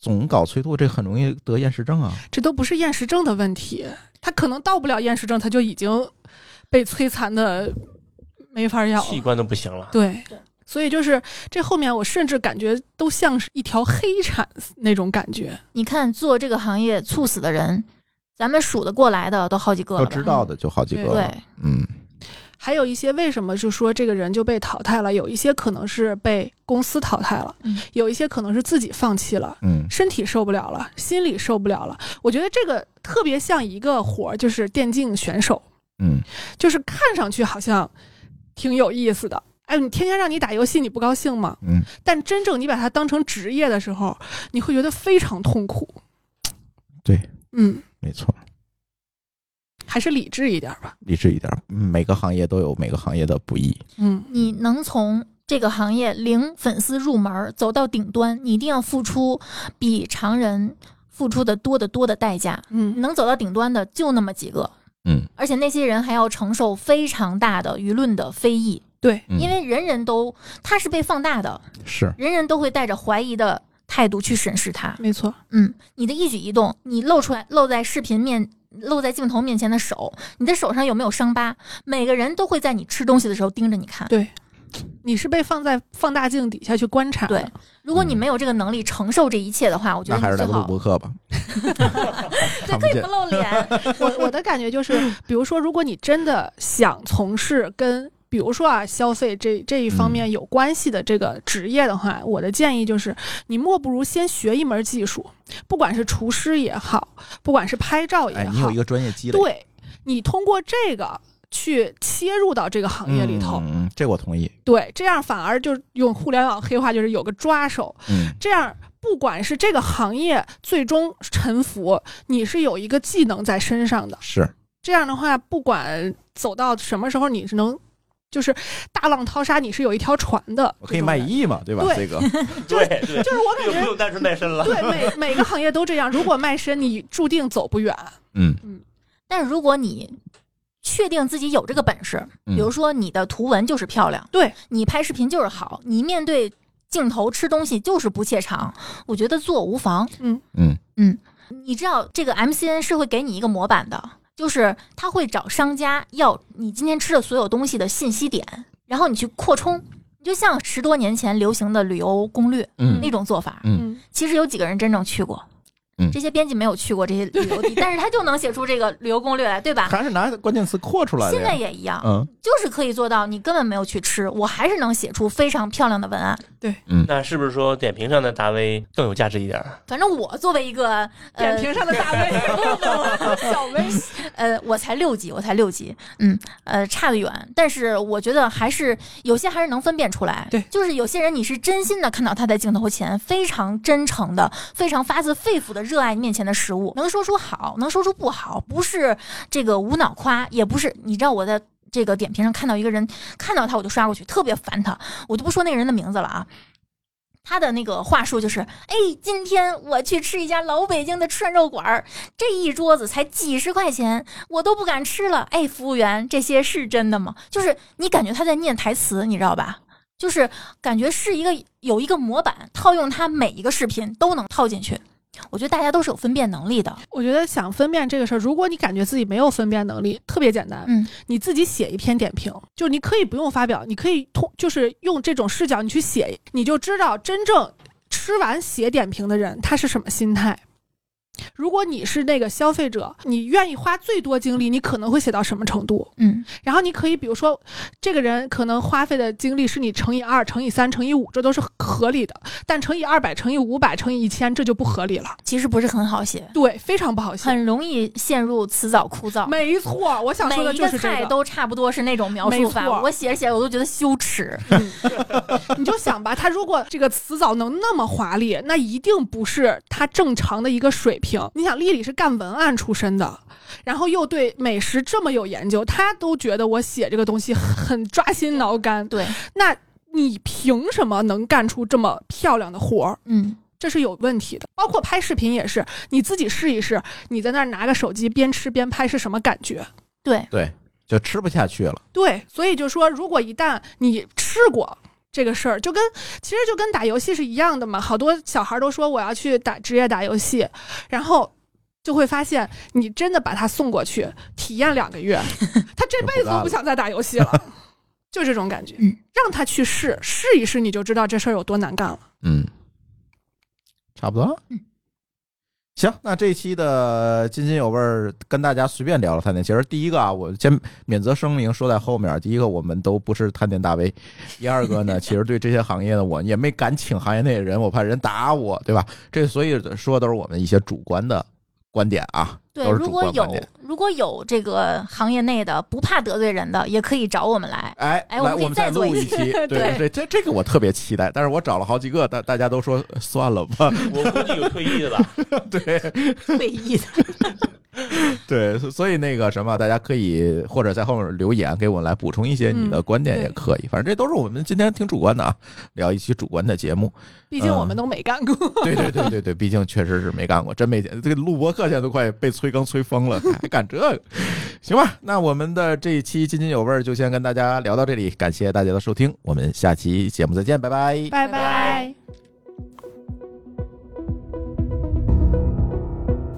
S2: 总搞催吐，这很容易得厌食症啊。
S3: 这都不是厌食症的问题，他可能到不了厌食症，他就已经被摧残的。没法要
S6: 器
S3: 了。
S6: 官都不行了。
S3: 对
S4: 对，
S3: 所以就是这后面，我甚至感觉都像是一条黑产那种感觉。
S4: 你看做这个行业猝死的人，咱们数得过来的都好几个
S2: 要
S4: 了
S2: 知
S4: 吧？
S2: 道的就好几个了。
S4: 对，
S2: 嗯，
S3: 还有一些为什么就说这个人就被淘汰了，有一些可能是被公司淘汰了，
S4: 嗯
S3: 有一些可能是自己放弃了。
S2: 嗯，
S3: 身体受不了了，心理受不了了。我觉得这个特别像一个活儿，就是电竞选手，
S2: 嗯，
S3: 就是看上去好像挺有意思的。哎，你天天让你打游戏，你不高兴吗？
S2: 嗯。
S3: 但真正你把它当成职业的时候，你会觉得非常痛苦。
S2: 对，
S3: 嗯，
S2: 没错，
S3: 还是理智一点吧。
S2: 理智一点。嗯每个行业都有每个行业的不易。
S3: 嗯，
S4: 你能从这个行业零粉丝入门走到顶端，你一定要付出比常人付出的多得多的代价。
S3: 嗯，
S4: 能走到顶端的就那么几个，
S2: 嗯，
S4: 而且那些人还要承受非常大的舆论的非议，
S3: 对，
S2: 嗯
S4: 因为人人都他是被放大的，
S2: 是
S4: 人人都会带着怀疑的态度去审视他。
S3: 没错。
S4: 嗯，你的一举一动，你露出来露在视频面。露在镜头面前的手，你的手上有没有伤疤？每个人都会在你吃东西的时候盯着你看。
S3: 对，你是被放在放大镜底下去观察的。
S4: 对，如果你没有这个能力承受这一切的话，我觉
S2: 嗯那
S4: 得
S2: 还
S4: 你
S2: 是来
S4: 最
S2: 录
S4: 好
S2: 播客吧。看不
S4: 可以
S2: 见
S4: 不露 脸。
S3: 我我的感觉就是，比如说，如果你真的想从事跟比如说啊消费这这一方
S2: 嗯
S3: 面有关系的这个职业的话，我的建议就是，你莫不如先学一门技术，不管是厨师也好，不管是拍照
S2: 哎
S3: 也，
S2: 你
S3: 好，
S2: 有一个专业积累，
S3: 对你通过这个去切入到这个行业里头，
S2: 嗯，嗯嗯这我同意。
S3: 对，这样反而就是用互联网黑话就是有个抓手，
S2: 嗯，
S3: 这样。不管是这个行业最终沉浮，你是有一个技能在身上的，
S2: 是，
S3: 这样的话，不管走到什么时候，你是能，就是大浪淘沙，你是有一条船的。
S2: 我可以卖
S3: 这种
S2: 艺嘛，对吧？
S3: 对
S2: 这个，
S6: 对对
S3: 人，，就是我
S6: 就
S3: 感
S6: 不
S3: 觉，
S6: 用单纯卖身了。
S3: 对每每个行业都 这样。如果卖身，你注定走不远。
S2: 嗯，
S4: 但如果你确定自己有这个本事，
S2: 嗯
S4: 比如说你的图文就是漂亮，
S3: 对
S4: 你拍视频就是好，你面对镜头吃东西就是不怯场，我觉得做无妨。
S2: 嗯，
S4: 你知道这个 MCN 是会给你一个模板的，就是他会找商家要你今天吃的所有东西的信息点，然后你去扩充。你就像十多年前流行的旅游攻略
S2: 嗯
S4: 那种做法，
S3: 嗯，
S4: 其实有几个人真正去过，
S2: 嗯
S4: 这些编辑没有去过这些旅游地，但是他就能写出这个旅游攻略来，对吧？
S2: 还是拿关键词扩出来的
S4: 现在
S2: 呀。
S4: 也一样，
S2: 嗯
S4: 就是可以做到，你根本没有去吃，我还是能写出非常漂亮的文案。
S6: 那是不是说点评上的大 V 更有价值一点儿？
S4: 反正我作为一个
S3: 点
S4: 呃
S3: 评上的大 V，小 V，
S4: 呃，我才六级，我才六级，嗯，呃，差得远。但是我觉得还是有些还是能分辨出来，
S3: 对
S4: 就是有些人你是真心的看到他在镜头前非常真诚的、非常发自肺腑的热爱面前的食物，能说出好，能说出不好，不是这个无脑夸，也不是你知道我在。这个点评上看到一个人，看到他我就刷过去，特别烦他，我就不说那个人的名字了啊。他的那个话术就是：哎，今天我去吃一家老北京的涮肉馆儿，这一桌子才几十块钱，我都不敢吃了。哎，服务员，这些是真的吗？就是你感觉他在念台词，你知道吧？就是感觉是一个有一个模板，套用他每一个视频都能套进去。我觉得大家都是有分辨能力的，
S3: 我觉得想分辨这个事儿，如果你感觉自己没有分辨能力，特别简单，
S4: 嗯，
S3: 你自己写一篇点评，就你可以不用发表，你可以通就是用这种视角你去写，你就知道真正吃完写点评的人他是什么心态。如果你是那个消费者，你愿意花最多精力，你可能会写到什么程度？
S4: 嗯，
S3: 然后你可以比如说，这个人可能花费的精力是你乘以二、乘以三、乘以五，这都是合理的。但乘以二百、乘以五百、乘以一千，这就不合理了。
S4: 其实不是很好写，
S3: 对，非常不好写。
S4: 很容易陷入辞藻枯燥。
S3: 没错，我想
S4: 每
S3: 说的
S4: 一
S3: 就
S4: 个
S3: 是
S4: 菜
S3: 这
S4: 都差不多是那种描述
S3: 没
S4: 法，
S3: 错
S4: 我写着写着我都觉得羞耻。
S3: 你就想吧，他如果这个词藻能那么华丽，那一定不是他正常的一个水平。你想，丽丽是干文案出身的，然后又对美食这么有研究，他都觉得我写这个东西很抓心挠肝。
S4: 对，
S3: 那你凭什么能干出这么漂亮的活儿？
S4: 嗯，
S3: 这是有问题的，包括拍视频也是，你自己试一试，你在那儿拿个手机边吃边拍是什么感觉？
S4: 对，
S2: 对，就吃不下去了。
S3: 对，所以就说，如果一旦你吃过这个事儿，就跟其实就跟打游戏是一样的嘛。好多小孩都说我要去打职业打游戏，然后就会发现你真的把他送过去体验两个月，他这辈子都不想再打游戏了。就这种感觉。
S4: 嗯
S3: 让他去试试一试，你就知道这事儿有多难干了。
S2: 嗯，差不多
S4: 嗯。
S2: 行，那这一期的津津有味儿跟大家随便聊了探店。其实第一个啊，我先免责声明说在后面，第一个我们都不是探店大 V，第二个呢，其实对这些行业呢，我也没敢请行业内人，我怕人打我，对吧？这所以说都是我们一些主观的观点啊，
S4: 对，
S2: 都是
S4: 如
S2: 主
S4: 果
S2: 观观
S4: 有
S2: 点。
S4: 如果有这个行业内的不怕得罪人的，也可以找我们来。
S2: 哎，
S4: 哎
S2: 来，
S4: 我们可以
S2: 我们再
S4: 再做
S2: 录
S4: 一
S2: 一
S4: 期
S2: 期，对
S4: 对
S2: 这这个我特别期待，但是我找了好几个，大大家都说算了吧，
S6: 我估计有退役的吧。
S2: 对，
S5: 退役的，
S2: 对，所所以那个什么，大家可以或者在后面留言给我们来补充一些你的观点
S3: 嗯
S2: 也
S3: 对
S2: 可以，反正这都是我们今天挺主观的啊，聊一期主观的节目。
S3: 毕竟
S2: 嗯
S3: 我们都没干过。
S2: 对对对对对，毕竟确实是没干过，真没见这个录播课现在都快被催更催疯了，还干这个？行吧，那我们的这一期津津有味儿就先跟大家聊到这里，感谢大家的收听，我们下期节目再见，拜拜。
S3: 拜
S5: 拜